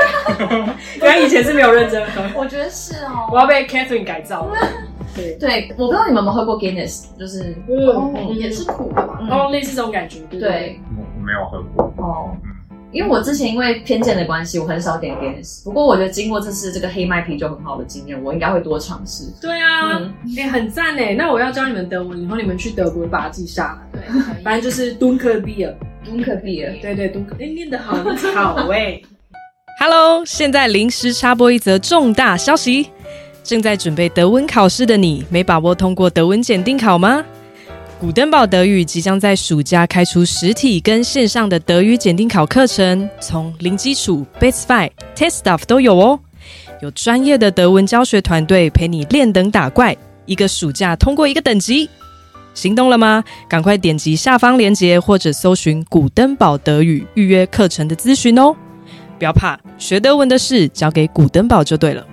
原来以前是没有认真喝。
我觉得是哦。
我要被 Catherine 改造了。对，
对，我不知道你们有没有喝过 Guinness，就是
嗯，
哦，也是苦的嘛。
嗯
哦，类似这种感觉，对不对
对
我我没有喝过，嗯
哦。因为我之前因为偏见的关系，我很少点 Guinness。不过我觉得经过这次这个黑麦啤酒很好的经验，我应该会多尝试。
对啊，
嗯
哎，很赞哎！那我要教你们德文，以后你们去德国把它记下来。
对，
反正就是 Dunkel Bier，
，Dunkel Bier。
对对，Dunkel，哎，念得很 好哎。Hello，现在临时插播一则重大消息：正在准备德文考试的你，没把握通过德文检定考吗？古登堡德语即将在暑假开出实体跟线上的德语检定考课程，从零基础、Base Five、Test Stuff 都有哦。有专业的德文教学团队陪你练等打怪，一个暑假通过一个等级。行动了吗？赶快点击下方链接或者搜寻古登堡德语预约课程的咨询哦。不要怕，学德文的事交给古登堡就对了。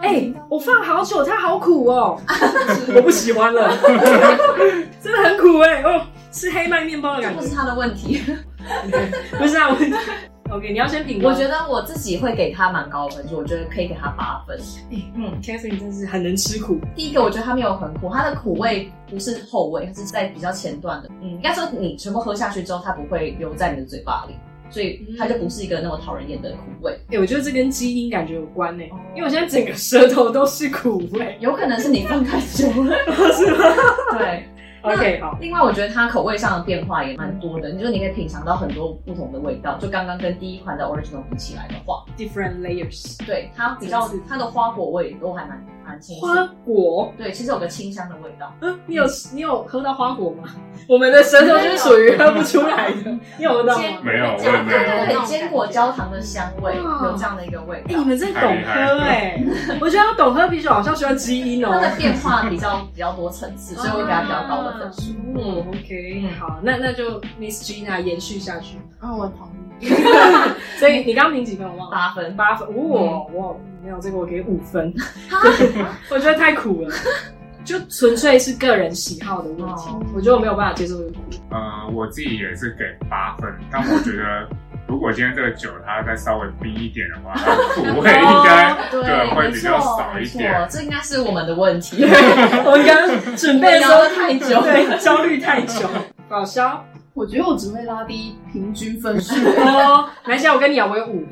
哎、我放好久，它好苦哦， 我不喜欢了， 真的很苦哎、哦，是黑麦面包的
这
感
不
觉
是，他的问 题，
不是啊，我 OK，你要先品
我
味。
觉得我自己会给他蛮高的分数，我觉得可以给他八分。嗯，
Catherine 真是很能吃苦，
第一个我觉得它没有很苦，它的苦味不是后味，它是在比较前段的。嗯，应该说你全部喝下去之后，它不会留在你的嘴巴里，所以它就不是一个那么讨人厌的苦味。
哎、我觉得这跟基因感觉有关呢、因为我现在整个舌头都是苦味，
有可能是你放太 久了，
是吗
对。
？OK，好，
另外，我觉得它口味上的变化也蛮多的，就是你可以品尝到很多不同的味道。就刚刚跟第一款的 original 比起来的话，
different layers。
对它比较
真是
它的花果味都还蛮蛮蛮清爽。
花果，
对，其实有个清香的味道。
嗯，你有你有喝到花果吗？ 我们的舌头就是属于喝不出来的，你有喝到吗？
煎
没有，我
这
也
样
没
对
有。
对
对，坚果焦糖的香味，
哇
有这样的一个味
哎、
道
你。们真的懂喝哎、我觉得要懂喝啤酒好像需要基因 哦、
它的变化比较比较多层次，所以我会给它比较高的分数。
嗯，OK，好，那那就 Miss Gina 延续下去。
嗯，我同意。
所以你刚刚评几分？我忘了，
八分，
八分。我我没有这个，我给五分，
哈
我觉得太苦了，就纯粹是个人喜好的问题。
哦
我觉得我没有办法接受这个苦。
呃，我自己也是给八分，但我觉得如果今天这个酒它再稍微冰一点的话，它苦味应该对会
哦对，没
比较
错，
少
没
一
错
点，。嗯
这应该是我们的问题。
我们刚刚准备的时
我
候
们聊得太久
对，焦虑太久。搞笑
我觉得我只会拉低平均分 数，
哦，南下我跟你讲，我有五。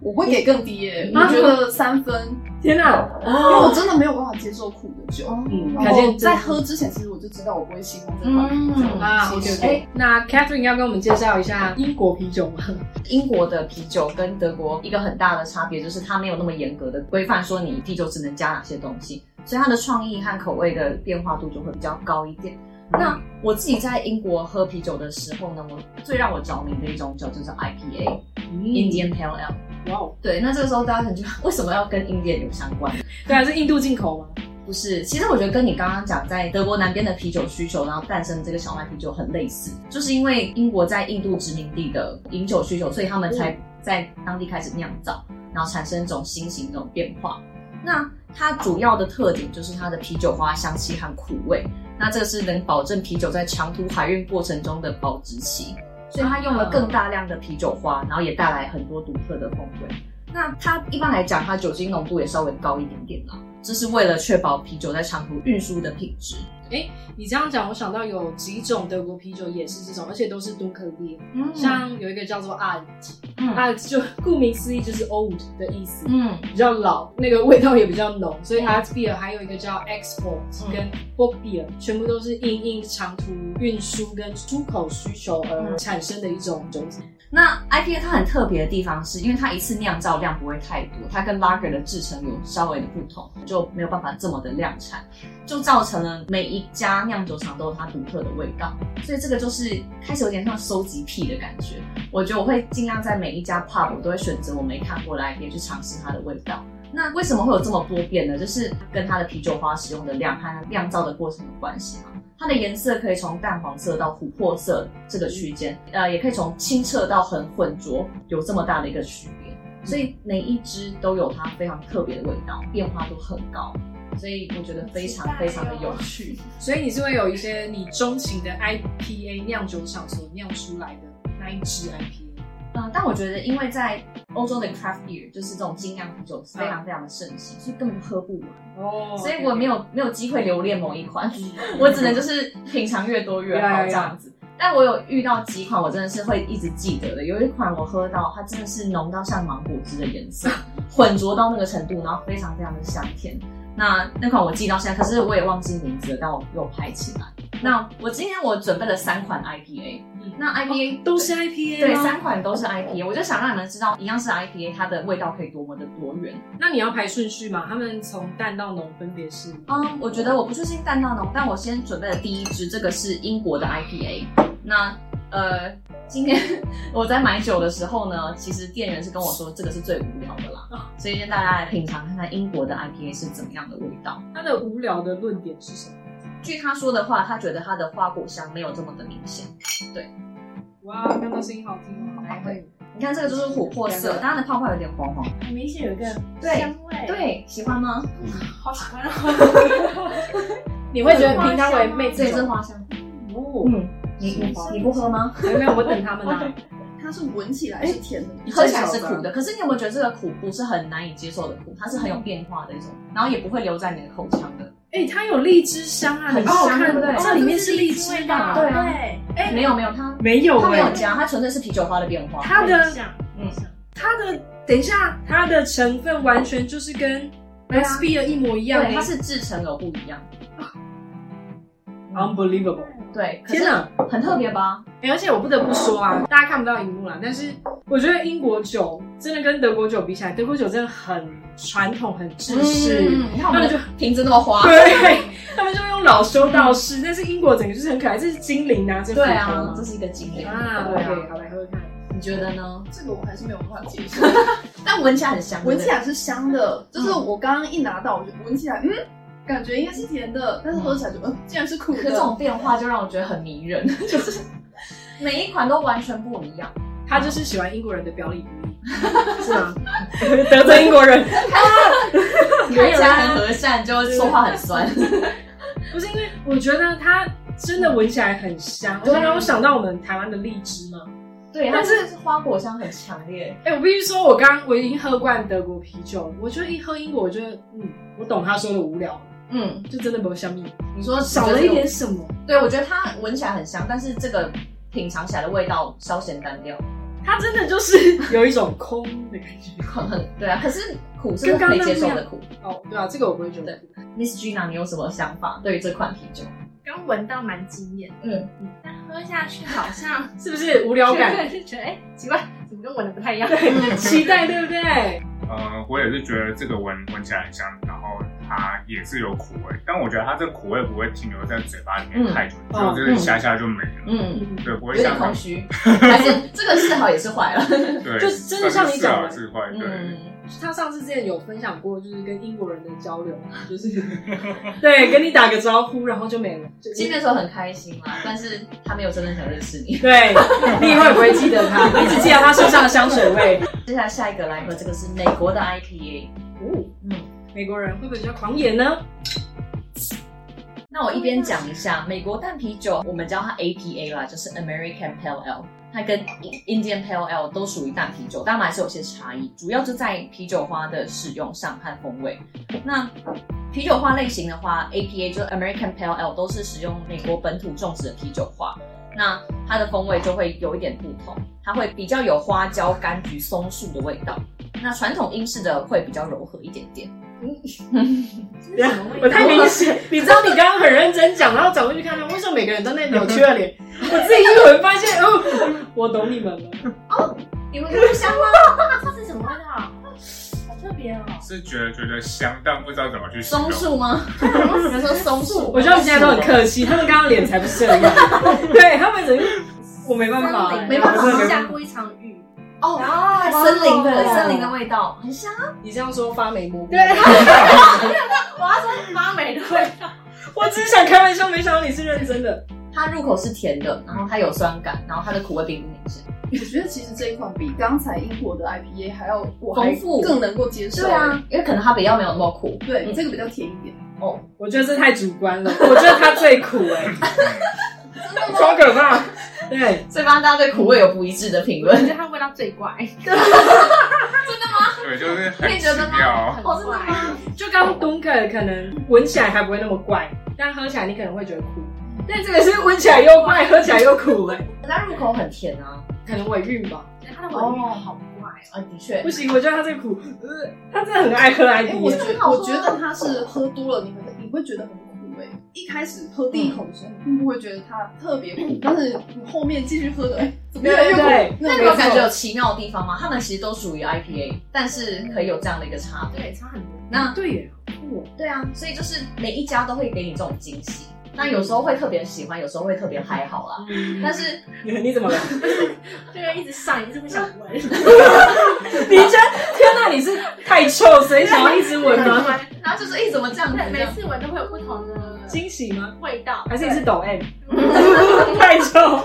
我会给更低耶、
啊
我觉得三分，
天哪、
啊
因为我真的没有办法接受苦的酒。
哦
嗯，
然
可
后
见
在
在
喝之前，其实我就知道我不会喜欢这款啤酒。
嗯
啊
其
，OK
实
OK。那 Catherine 要跟我们介绍一下英国啤酒吗？
英国的啤酒跟德国一个很大的差别就是它没有那么严格的规范，说你啤酒只能加哪些东西，所以它的创意和口味的变化度就会比较高一点。
嗯
那我自己在英国喝啤酒的时候呢，我最让我着迷的一种酒就是 IPA、Indian Pale Ale。
嗯哇哦，
对，那这个时候大家可能就为什么要跟 Indian 有相关？
对啊，是印度进口吗？
不是，其实我觉得跟你刚刚讲在德国南边的啤酒需求，然后诞生这个小麦啤酒很类似，就是因为英国在印度殖民地的饮酒需求，所以他们才在当地开始酿造，然后产生这种新型这种变化。那它主要的特点就是它的啤酒花香气和苦味，那这个是能保证啤酒在长途海运过程中的保质期，所以它用了更大量的啤酒花，然后也带来很多独特的风味。那它一般来讲，它酒精浓度也稍微高一点点啦，这是为了确保啤酒在长途运输的品质。
你这样讲，我想到有几种德国啤酒也是这种，而且都是多克烈，
嗯
像有一个叫做 Alt，Alt、
嗯
Alt 就顾名思义就是 old 的意思，
嗯
比较老，那个味道也比较浓，所以 Alt beer 还有一个叫 export
嗯
跟 book beer，全部都是因应长途运输跟出口需求而
嗯
产生的一种酒精。
那 IPA 它很特别的地方是，因为它一次酿造量不会太多，它跟 Lager 的制成有稍微的不同，就没有办法这么的量产，就造成了每一家酿酒厂都有它独特的味道。所以这个就是开始有点像收集癖的感觉。我觉得我会尽量在每一家 pub 我都会选择我没看过的 IPA 去尝试它的味道。那为什么会有这么多变呢？就是跟它的啤酒花使用的量和酿造的过程有关系嘛。它的颜色可以从淡黄色到琥珀色这个区间，呃，也可以从清澈到很浑浊，有这么大的一个区别。所以每一支都有它非常特别的味道，变化都很高，所以我觉得非常非常的有趣。
所以你是会有一些你钟情的 IPA 酿酒厂所酿出来的那一支 IPA。
嗯，但我觉得，因为在欧洲的 craft beer 就是这种精酿啤酒非常非常的盛行，所以根本喝不完，
嗯哦
所以我没有没有机会留恋某一款，
嗯
我只能就是品尝越多越好
Yeah, yeah, yeah.
这样子。但我有遇到几款我真的是会一直记得的，有一款我喝到它真的是浓到像芒果汁的颜色，混浊到那个程度，然后非常非常的香甜。那那款我记到现在，可是我也忘记名字了，但我有拍起来。那我今天我准备了三款 IPA，、
嗯
那 IPA、
都是 IPA
对，
吗
三款都是 IPA，我就想让你们知道，一样是 IPA，它的味道可以多么的多元。
那你要排顺序嘛？他们从淡到浓分别是
嗯，我觉得我不确定淡到浓，但我先准备了第一支，这个是英国的 IPA。那呃，今天 我在买酒的时候呢，其实店员是跟我说这个是最无聊的啦，所以先大家来品尝看看英国的 IPA 是怎么样的味道。
他的无聊的论点是什么？
据他说的话，他觉得它的花果香没有这么的明显。
哇，刚刚声音好听哦，
还会你看这个哎就是琥珀色，但它的泡泡有点黄黄。
很明显有一个
对
香味，，
对，喜欢吗？
好喜欢哦。
你会觉得评它为妹
这
子
也是
酒
花香。
哦？
嗯，你你你不喝吗？
有没有？我等他们啊。
它是闻起来是甜的，
哎喝起来是苦的，可是你有没有觉得这个苦不是很难以接受的苦？它是很有变化的一种，然后也不会留在你的口腔的。
哎，它有荔枝香啊，
很
你帮我
香
看
对不对
哦
这里面是荔枝吧？
对啊
对，
哎
没有没有，它
没有
它没
哎
有加，它纯粹是啤酒花的变化。
它的
很像
嗯
它的等一下，它的成分完全就是跟 S B 的一模一样
对，
欸，
它是制成有不一样。
哎 unbelievable。
对，可
天
是
哪！
很特别吧？
哎而且我不得不说啊，大家看不到荧幕啦，但是我觉得英国酒真的跟德国酒比起来，德国酒真的很传统、很制式，
嗯
你看我们
那就
瓶子那么花，
对， 他们就用老修道士，但是英国整个就是很可爱，这是精灵拿着斧头
对
吗
啊，这是一个经历
啊，
对
对，
啊，
好来喝喝看，
你觉得呢？
这个我还是没有办法接 受。
但闻起来很香，
闻
对不对
起来是香的，
嗯
就是我刚刚一拿到，我就闻起来，嗯，感觉应该是甜的，但是喝起来就，嗯，竟然是苦
可
的。
这种变化就让我觉得很迷人，就是 每一款都完全不一样。
他就是喜欢英国人的表里不一，是吗？ 得罪英国 人，
看起来很和善，就说话很酸。
不是因为我觉得它真的闻起来很香，就让我想到我们台湾的荔枝嘛。
对，
但
但
是
是花果香很强烈。
哎、我必须说，我刚我已经喝惯德国啤酒，我觉得一喝英国，我觉得嗯，我懂他说的无聊了，
嗯，
就真的没有香蜜，
你说
少了一点。什么。
对，我觉得它闻起来很香，但是这个品尝起来的味道稍显单调，
它真的就是有一种空的感觉。
很很对啊。可是苦是可以接受的苦。
哦，对啊，这个我不会觉得。
Miss Gina，你有什么想法对于这款啤酒？
刚闻到蛮惊艳，
嗯，
但喝下去好像
是不是无聊 感？
就觉得哎、奇怪，怎么跟闻的不太一样？
期待对不对？
呃，我也是觉得这个闻闻起来很香，然后它也是有苦味，但我觉得它这苦味不会停留在嘴巴里面太久，
嗯
就是下下就没了。
哦嗯，
对，不会
有点
像
空虚，还是这个是好也是坏了。
对，
就真的像你讲的
是好是坏，对。
嗯，
他上次之前有分享过，就是跟英国人的交流，就是对跟你打个招呼，然后就没了。就
见面的时候很开心啦，但是他没有真的想认识你。
对，你以后也不会记得他，你只记得他身上的香水味。
接下来下一个来喝这个是美国的 IPA。
哦，
嗯，
美国人会不会比较狂野呢？
那我一边
哦
讲一下美国淡啤酒，我们叫它 APA 啦，就是 American Pale Ale。它跟 Indian Pale Ale 都属于淡啤酒，但我们还是有些差异，主要就在啤酒花的使用上和风味。那啤酒花类型的话，APA 就是 American Pale Ale 都是使用美国本土种植的啤酒花，那它的风味就会有一点不同，它会比较有花椒、柑橘、松树的味道。那传统英式的会比较柔和一点点。
这是什么味道？
我太明显，你知道你刚刚很认真讲，然后转过去看他，为什么每个人都那扭曲的脸？我自己一闻发现，哦，我懂你们了。
你们闻香吗？这是什么味道？好特别哦！
是觉得觉得香，但不知道怎么去 形
松
容。
树吗？ 你们说松树？
我觉得我们现在都很客气，他们刚刚脸才不是这样， 对他们整个我没办法、
森林
没办法
我真的
下过一场雨，
哦，
然后
森林
哦
的森林的味道很香。
你这样说发霉蘑菇，
我要说发霉的味道，
我只是想开玩笑，没想到你是认真的。
它入口是甜的，然后它有酸感，然后它的苦味并不明显。
我觉得其实这一款比刚才英国的 IPA 还要我还
丰富
更能够接受。
对啊，因为可能它比较没有那么苦。
对，
嗯
这个比较甜一点。
我觉得这太主观了，我觉得他最苦哎、超可怕。对，
所以发现大家对苦味有不一致的评
我觉
论。
得它味道最怪。
对，就是很
你也
奇
觉得吗
妙。
哦真的吗？
就刚刚 Dunker 可能闻起来还不会那么怪，但喝起来你可能会觉得苦。但这个是闻起来又怪，喝起来又苦哎、
它入口很甜啊，
可能尾韵吧。
它的味道好怪
啊，
哦。
的确
不，行，我觉得他这个苦，呃，他真的很爱喝 IPA。
哎，我觉
真的好喝啊
我觉得它是喝多了，你可能你会觉得很苦哎。一开始喝第一口的时候，你并不会觉得它特别
嗯
苦，但是你后面继续喝的，哎，怎么越来越
对
苦？
那你
种
有感觉有奇妙的地方吗？它们其实都属于 IPA，但是可以有这样的一个差别。
对，差很多。
那
对耶， 酷哦
对啊，所以就是每一家都会给你这种惊喜。那有时候会特别喜欢，有时候会特别还好啦。但是
你你怎么了？
这个一直上，一直会想闻。
你真天哪，你是太臭，谁想要一直闻吗？
然后就是哎、怎么这样子？
对，
这
每
样
次闻都会有不同的
惊喜吗？
味道，
还是你是抖 M？太 臭，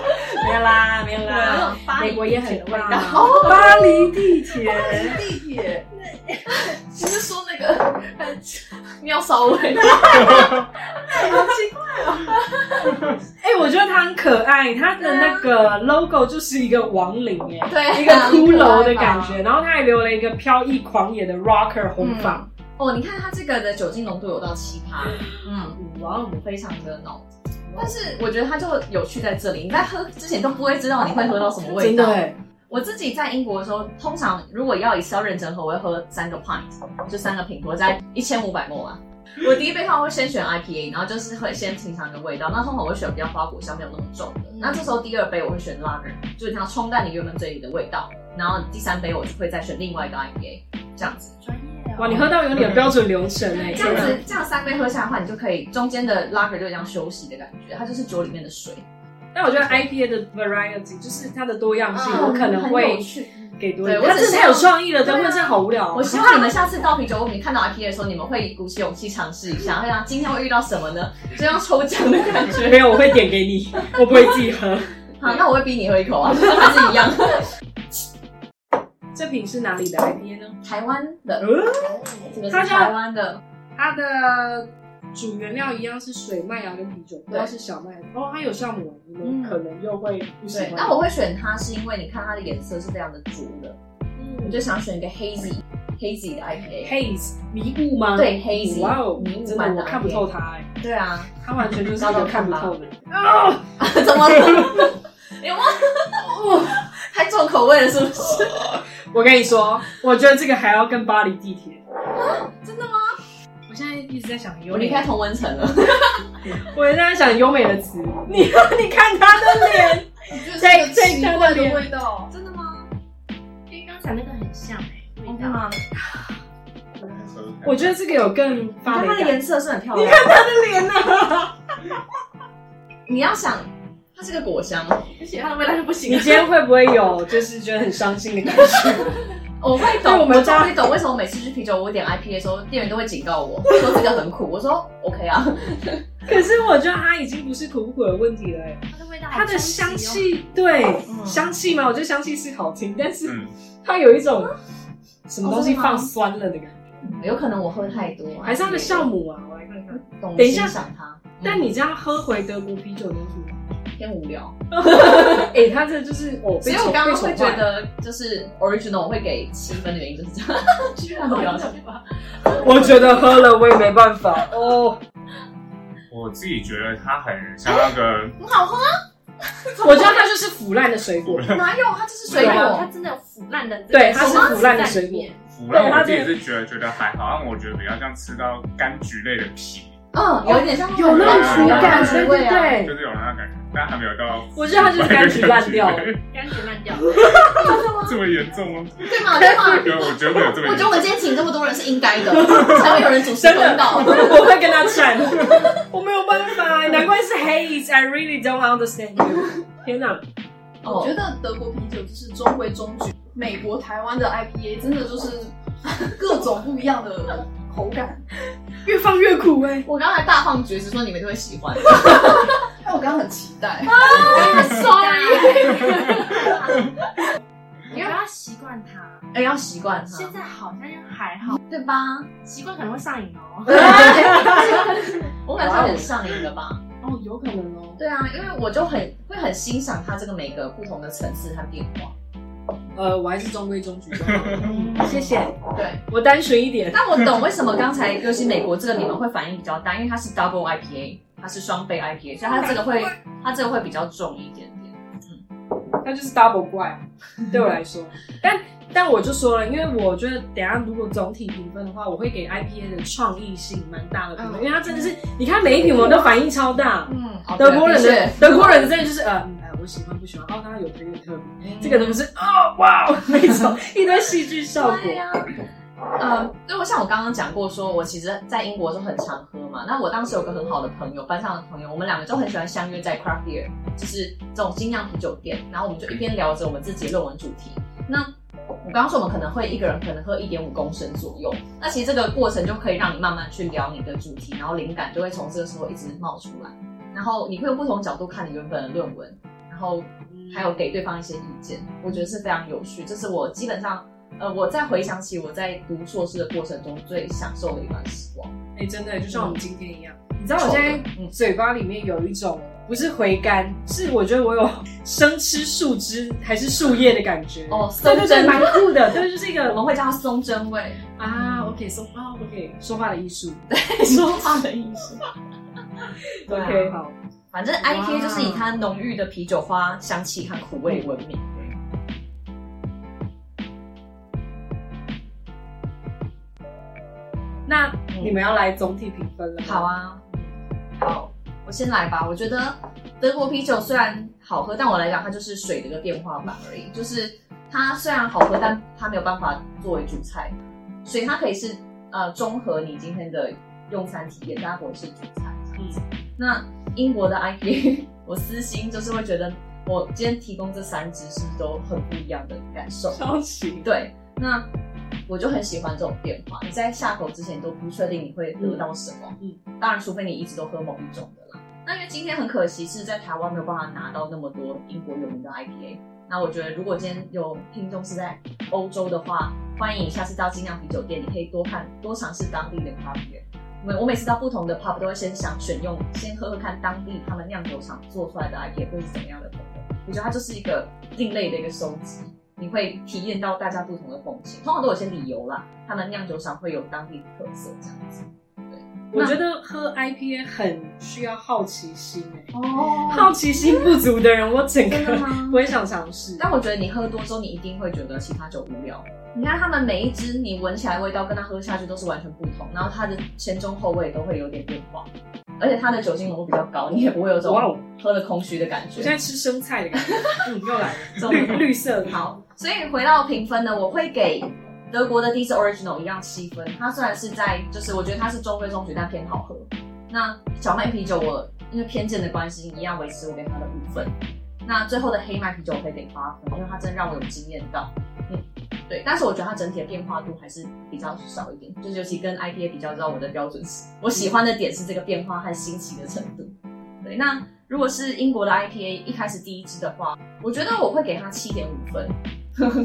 没有啦，没有
对
啦。美国也很
味
棒
道。，
巴黎地铁。
地铁，
只是说那个很尿骚味，
哎，我觉得它很可爱，它的那个 logo 就是一个亡灵哎。
对啊，
一个骷髅的感觉，然后它还留了一个飘逸狂野的 rocker 红发，
哦，你看它这个的酒精浓度有到七趴，嗯，
哇哦！
非常的浓。但是我觉得它就有趣在这里，你在喝之前都不会知道你会喝到什么味
真
道
的。哎，
我自己在英国的时候，通常如果要一次要认真喝，我会喝三个 pint，就三个品，我在一千五百沫啊。我第一杯的话会先选 IPA，然后就是会先品尝一个味道。那通常我会选比较花果香，没有那么重的。那这时候第二杯我会选 Lager，就是想要冲淡你原本嘴里的味道。然后第三杯我就会再选另外一个 IPA，这样子。
专业哦
哇，你喝到有你的标准流程哎、
这样
天
子，这样三杯喝下来的话，你就可以中间的 Lager 就像休息的感觉，它就是酒里面的水。
哪！但我觉得 IPA 的 variety 就是它的多样性，
嗯
我哦可能
很
会
有趣
给多一点。
对我
它真的
只希
太
望
有创意了，
对啊
但真的好无聊哦。
我希望你们下次倒啤酒屋，你看到 IPA 的时候，你们会鼓起勇气尝试一下，会想今天会遇到什么呢？就像抽奖的感 觉。
没有，我会点给你，我不会自己喝。
好，那我会逼你喝一口啊，还是一样。
这瓶是哪里的 IPA 呢？
台湾的，
呃，
这个是
它叫
台湾的，
它的主原料一样是水、麦芽跟啤酒，不知道是小麦。哦，它有酵母，你们
嗯
可能又会不喜
对哦
欢。。
那我会选它是因为你看它的颜色是非常的浊的，我就想选一个 hazy hazy 的 IPA。
嗯 haze 迷雾吗？
对 hazy，
哇哦
迷，雾
真
般
的
的
我看不透它哎，
对啊，
它完全就是一个看不透的人。啊，
怎么了？ 有吗？ 还重口味了是不是？
我跟你说，我觉得这个还要跟巴黎地铁。
真的吗？
我现在一直在想优
我
美
离，开同温层了。
我现在想优美的词。你 你看他的脸，
我 觉得
在
是个奇
在
怪的
在
味道，
真的吗？
跟刚才那个很像哎，味
真的
道。
吗？
嗯
我觉得这个有更
你
发
看
霉
它的
感。
颜色是很漂亮。你看它，
的脸呢？
你要想，它是个果香，
而且它的味道就不行
你今天会不会有就是觉得很伤心的感觉？
哦我会
对
懂，
我
我
们家
终于懂为什么每次去啤酒屋点 IPA 的时候，店员都会警告我说这个很苦。我说 OK 啊，
可是我觉得它已经不是苦不苦的问题了、欸，
它的味道好
它的
冲击哦
香，气，对、
嗯
香气嘛，我觉得香气是好听，但是
嗯，
它有一种什么东
哦
西
真的吗
放酸了的感觉，
有可能我喝太多，
还是它的酵母啊，我来看看。
懂
等一下
欣赏它。嗯
但你这样喝回德国啤酒，你有什么？
偏无聊，
哎、欸，它这就是哦，
所
被
以我
宠
刚
被
刚
宠
会
坏
觉得就是 original 我会给七分的原因就是这样， 居然无聊。
我觉得喝了我也没办法哦，
我自己觉得它很像那 个，
很好喝，
我觉得它就是腐烂的水果，
哪有？它就是水
水果它
果，
真的有腐烂的，
对它是腐烂的水果
果。
腐烂我自己是觉得觉得还好，但我觉得比较像吃到柑橘类的皮，
嗯，有一点像
哦有那种
腐
苦感，
柑橘
对
味
对
啊。
对
就。是有那种感觉，但还没有到
我觉得它就是柑橘烂掉了，
柑橘烂掉了。
这么严重吗？
对吗？对吗？
对，我觉得没有这么
我觉得我
严重
们。今天请这么多人是应该的，才会有人主持
真
公
的，
道。
我会跟他战， 我没有办法，难怪是 haze，I really don't understand you。天哪，
哦
我觉得德国啤酒就是中规中矩，美国、台湾的 IPA 真的就是各种不一样的口感。
越放越苦哎、
我刚才大放厥词说你们就会喜欢。
但哎我刚刚很期待，
你不要习惯 它，
哎，要习惯它，
现在好像又还好，
对吧？
习惯可能会上瘾哦。
我感觉很上瘾的吧？
哦，有可能哦。
对啊，因为我就很会很欣赏它这个每个不同的层次和变化。
呃，我还是中规中矩就好。谢
谢
谢，
对，
我单纯一点。
但我懂为什么刚才尤其美国这个你们会反应比较大，因为它是 double IPA，它是双倍 IPA，所以它这个会它这个会比较重一点点。
那就是 double 怪，对我来说。但但我就说了，因为我觉得等一下如果总体评分的话，我会给 IPA 的创意性蛮大的评分，
嗯
因为它真的是，你看每一瓶我都反应超大。
嗯，
德国人
对
哦的德国人真的就是呃，嗯呃我喜欢不喜欢，哦，当然有朋友特别，
确
这个东西啊、哇 哦那种一堆戏剧效果。
对呀、呃，对，我像我刚刚讲过说，我其实在英国就很常喝嘛。那我当时有个很好的朋友，班上的朋友，我们两个就很喜欢相约在 craft beer，就是这种精酿啤酒店。然后我们就一边聊着我们自己的论文主题。那我刚刚说我们可能会一个人可能喝一点五公升左右，那其实这个过程就可以让你慢慢去聊你的主题，然后灵感就会从这个时候一直冒出来，然后你会用不同角度看你原本的论文，然后还有给对方一些意见，我觉得是非常有趣。这是我基本上，呃，我在回想起我在读硕士的过程中最享受的一段时光。
哎、真的就像我们今天一样，你知道我现在
嗯
嘴巴里面有一种不是回甘，是我觉得我有生吃树枝还是树叶的感觉。
哦
对对对，
松针
蛮酷 的，对，就是一
我
个
们会叫它松针味，
啊，OK，说啊，OK，说话的艺 术。
说话的意思。对啊
OK，好，
反正 IPA 就是以它浓郁的啤酒花香气和苦味闻名。
那你们要来总体评分了吗？
好啊，好，我先来吧。我觉得德国啤酒虽然好喝，但我来讲它就是水的一个变化版而已。就是它虽然好喝，但它没有办法作为主菜，所以它可以是呃综合你今天的用餐体验，但它不会是主菜这样子。那英国的 IPA，我 私心就是会觉得我今天提供这三支是不是都很不一样的感受？
超奇，
对，那我就很喜欢这种变化。你在下口之前，你都不确定你会得到什么。
嗯
嗯，当然，除非你一直都喝某一种的啦。那因为今天很可惜是在台湾没有办法拿到那么多英国有名的 IPA。那我觉得，如果今天有听众是在欧洲的话，欢迎下次到精酿啤酒店，你可以多看多尝试当地的咖啡店。我们我每次到不同的 pub 都会先想选用，先喝喝看当地他们酿酒厂做出来的 IPA 会是怎么样的风格。我觉得它就是一个另类的一个收集。你会体验到大家不同的风情，通常都有些理由啦。他们酿酒厂会有当地的特色这样子。
我觉得喝 IPA 很需要好奇心、欸，
哦
好奇心不足的人，我整
真的
个
吗
不？会想尝试。
但我觉得你喝多之后，你一定会觉得其他酒无聊。你看他们每一支，你闻起来味道跟它喝下去都是完全不同，然后它的前中后味都会有点变化，而且它的酒精浓度比较高，你也不会有
哇哦
种喝了空虚的感觉。
我现在吃生菜的感觉，嗯，又 来了，
中
绿
了
绿色的，
好，所以回到评分呢，我会给德国的第一支 Original 一样七分。它虽然是在，就是我觉得它是中规中矩，但偏好喝。那小麦啤酒我因为偏见的关系，一样维持我给它的五分。那最后的黑麦啤酒我会给八分，因为它真的让我有惊艳到。嗯，对，但是我觉得它整体的变化度还是比较少一点，就是尤其跟 IPA 比较，知道我的标准是，我喜欢的点是这个变化和新奇的程度。对，那如果是英国的 IPA 一开始第一支的话，我觉得我会给它七点五分，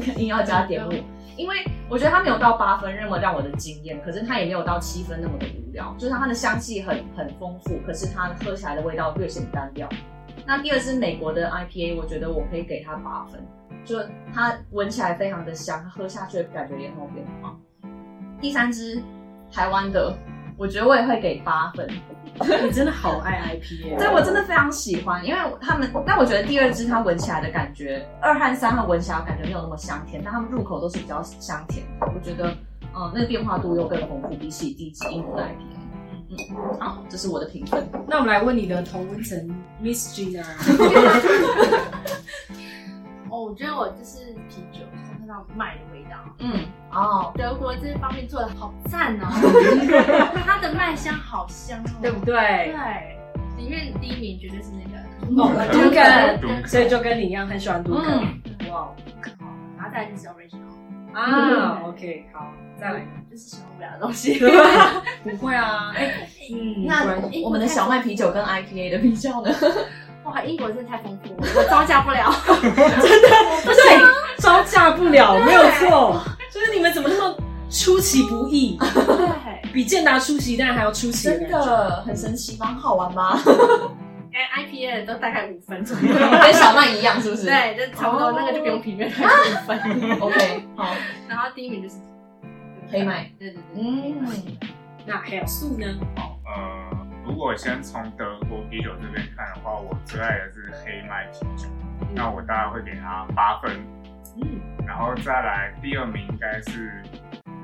肯定要加点五，因为我觉得它没有到八分那么让我的惊艳，可是它也没有到七分那么的无聊，就是它的香气很很丰富，可是它喝起来的味道略显单调。那第二支美国的 IPA，我觉得我可以给它八分，就它闻起来非常的香，它喝下去的感觉也很有变化。第三支台湾的，我觉得我也会给八分，
你真的好爱 IPA，
对，我真的非常喜欢，因为他们，但我觉得第二支它闻起来的感觉，二和三它闻起来感觉没有那么香甜，但它们入口都是比较香甜的。我觉得，嗯、那个变化度又更丰富，比起第一支英国的 IPA。嗯，好，这是我的评分。
那我们来问你的同温层 Miss 啊 Gina，
哦，我觉得我就是啤酒，它那种麦的味道。
嗯，哦，
德国这方面做的好赞哦，它的麦香好香哦，
对不？对？
对，里面第一名绝对是那个
猛
哦
了
就跟
独
所以就跟你一样很喜欢读梗，
嗯
哇
然后再来就是 original，
啊，OK，好，再 来，
就是喜欢无聊的东西。
不会啊，哎，嗯，
那
不然
英国
我们的
太
小麦啤酒跟 IPA 的比较呢？
哇，英国真的太丰富了，我招架不了。
啊
对，招架不了，没有错，就是你们怎么那么出其不意，
对，
比健达出奇蛋还要出奇的
真
感觉，
的很神奇吗？很好玩吗？
哎，IPA 都大概五分左 右。
跟小麦一样，是不是？
对，就差不多，
哦
那个就不用评论，还是五分。
，OK，好，
然后第一名就是
黑麦，
对对对，
嗯
那还有素呢？
呃，如果先从德国啤酒这边看的话，我最爱的是黑麦啤酒，那我大概会给它八分。
嗯
然后再来第二名应该是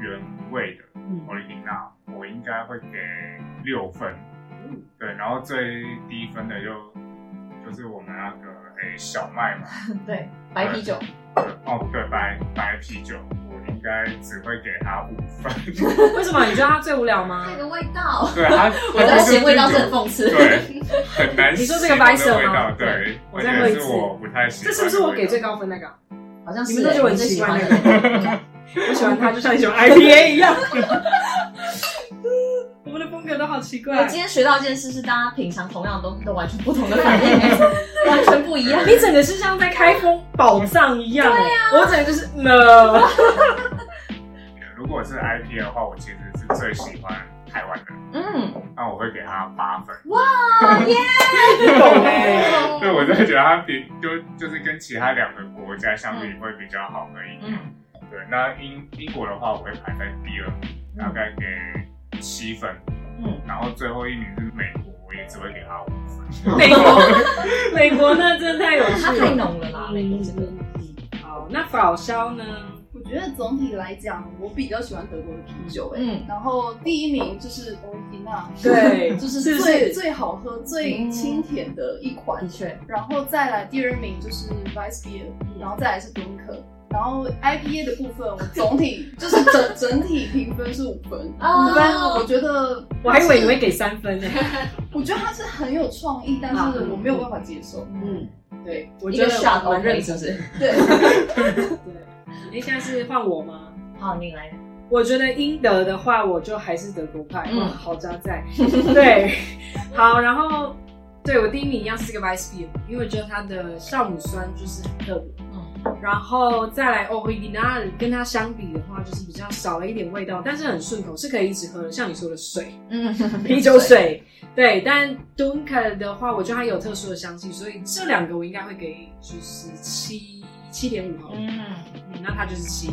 原味的
嗯
欧丽娜，我应该会给六分。
嗯
对，然后最低分的就就是我们那个诶、小麦嘛，
对，白啤酒，
对哦对白白啤酒，我应该只会给它五分。
为什么你觉得它最无聊吗？
那个味道，
对它，
我在嫌味道是很
正。
讽刺。
对，很难。
你说这个白蛇吗
味道，对，
我
我
再
觉
喝一
得
次
是我不太喜
这
欢。
是不是我给最？高分那个啊？
好像是
你们都觉得我很
最
喜欢
的
那个，我喜欢它就像 你喜欢 IPA 一样。我们的风格都好奇
我
怪。
今天学到一件事，是大家品尝同样的东西都完全不同的反应， 完全不一样。
你整个是像在开封宝藏一样，我整个就是 no。
如果是 IP 的话，我其实是最喜欢台湾的，
嗯，
那我会给它八分。
哇耶！
对，我真的觉得它比就就是跟其他两个国家相比会比较好喝一点。
嗯，
对，那英英国的话，我会排在第二，大概给七分。
嗯，
然后最后一名是美国，我也只会给它五分。
美国，美国那真的太有趣
它太
了。嗯
浓了啦，美国这个。
好，那法烧呢？
我觉觉得总体来讲，我比较喜欢德国的啤酒、欸，
嗯
然后第一名就是欧伊娜，
对
就是
是
嗯最
不是
最好喝、最清甜的一款
的。确，
然后再来第二名就是 Vice Beer，然后再来是 d u n k 然后 IPA 的部分，我总 体就是整整体评分是五分，
哦
五分。我觉得
我还以 为你会给三分呢。
我觉得它是很有创意，但是我没有办法接受。
嗯，
对
我
一
觉
个
得
shot
我
o
们认
是
真。
不是？
对，
哎，现在是换我吗？
好，你来。
我觉得英德的话，我就还是德国派，
嗯
哇，好加在， 对，好，然后对我第一名一样是个 Vice Beer，因为我觉得它的酵母酸就是很特别，
嗯
然后再来 o r i g i n a 跟它相比的话，就是比较少了一点味道，但是很顺口，是可以一直喝的，像你说的水，
嗯，
啤酒水，对，但 Dunker 的话，我觉得它有特殊的香气，所以这两个我应该会给就是七七点五好了。
嗯，
嗯，那它就是七。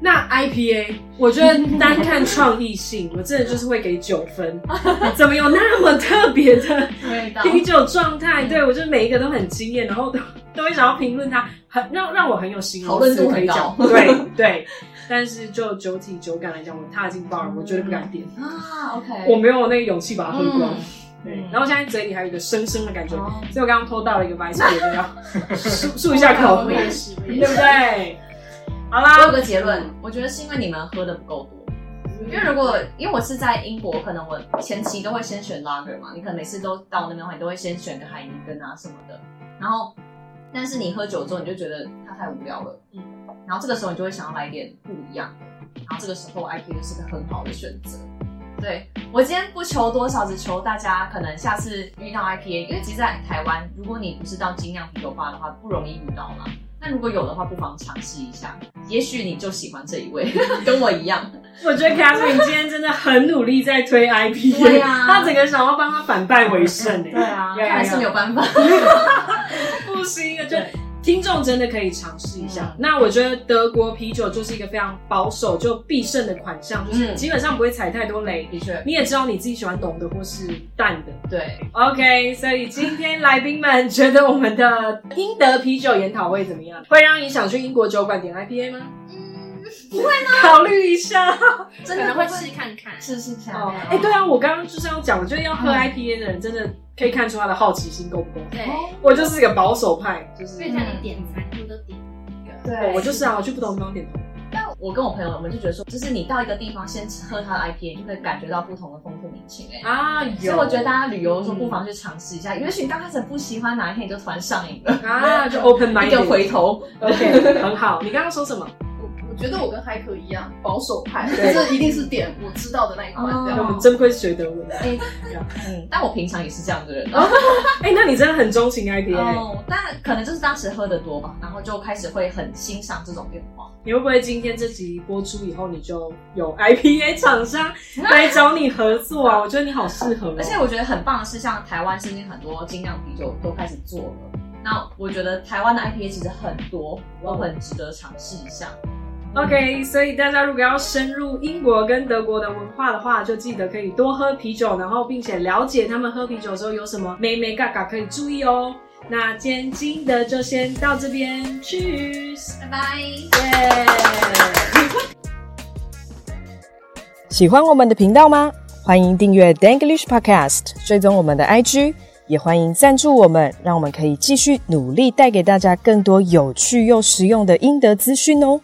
那 IPA，我觉得单看创意 性，我真的就是会给九分。怎么有那么特别 的
味道
啤酒状
嗯
态？对我就是每一个都很惊艳，然后都都会想要评论它，很让让我很有形容词可以讲。
讨
对对，但是就酒体酒感来讲，我踏进 bar，我绝对不敢点，
啊，OK，
我没有那个勇气把它喝光。
嗯
对
嗯，
然后现在嘴里还有一个生生的感觉，
哦
所以我刚刚偷到了一个白 色的，就要漱漱一下
哦
口，
我也是，我
对
也
不
是。
对？好啦，
我有个结论，我觉得是因为你们喝的不够多。因为如果因为我是在英国，可能我前期都会先选 lager 嘛，你可能每次都到那边的话，你都会先选个海尼根啊什么的。然后，但是你喝酒之后，你就觉得它太无聊了，嗯。然后这个时候你就会想要来一点不一样的，然后这个时候 IPA 就是个很好的选择。对我今天不求多少，只求大家可能下次遇到 IPA，因为其实在台湾，如果你不是到精酿啤酒吧的话，不容易遇到啦。那如果有的话，不妨尝试一下，也许你就喜欢这一位， 跟我一样。
我觉得 Catherine 今天真的很努力在推 IP，
对啊
他整个想要帮他反败为胜哎、
对
呀
啊，
呀呀
还是没有办法。
不行啊，就
对
听众真的可以尝试一下。
嗯
那我觉得德国啤酒就是一个非常保守就必胜的款项，就是
嗯
基本上不会踩太多雷。
的确，
你也知道你自己喜欢浓的或是淡的
对，
，OK。所以今天来宾们觉得我们的英德啤酒研讨会怎么样？会让你想去英国酒馆点 IPA 吗？
嗯
不会吗？考虑一下。
真
可能会试看看。
试试下。
哦，哎、对啊，我刚刚就是要讲，我觉得要喝
嗯
IPA 的人，真的可以看出他的好奇心够不够。
对，
哦哎
我就是个保守派，就是
所以像你点餐，他们都点一个。
对
我就是啊，我去不同地方点头。
我跟我朋友，我们就觉得说，就是你到一个地方先喝它的 IPA，就会感觉到不同的风土民情哎、
啊，
所以我觉得大家旅游的时候
嗯
不妨去尝试一下，也许你刚开始不喜欢，哪一天你就突然上瘾了，
啊，就 open mind
一个回头。
，OK，很好。你刚刚说什么？
我我觉得我跟海可一样保守派，
对
就是一定是点我知道的那一款
哦
这
我
样。
们真会学德文。
哎、嗯，哦但我平常也是这样的人。
哎、那你真的很钟情 IPA，、
哦，但可能就是当时喝的多吧，然后就开始会很欣赏这种变化。
你会不会今天这集播出以后，你就有 IPA 厂商来找你合作啊？我觉得你好适合、哦，
而且我觉得很棒的是，像台湾最近很多精酿啤酒都开始做了。那我觉得台湾的 IPA 其实很多，我很值得尝试一下。
OK，所以大家如果要深入英国跟德国的文化的话，就记得可以多喝啤酒，然后并且了解他们喝啤酒的时候有什么美美嘎嘎可以注意哦。那今天金德就先到这边，Cheers，
拜拜。
耶！喜欢我们的频道吗？欢迎订阅 Danglish Podcast，追踪我们的 IG，也欢迎赞助我们，让我们可以继续努力带给大家更多有趣又实用的英德资讯哦。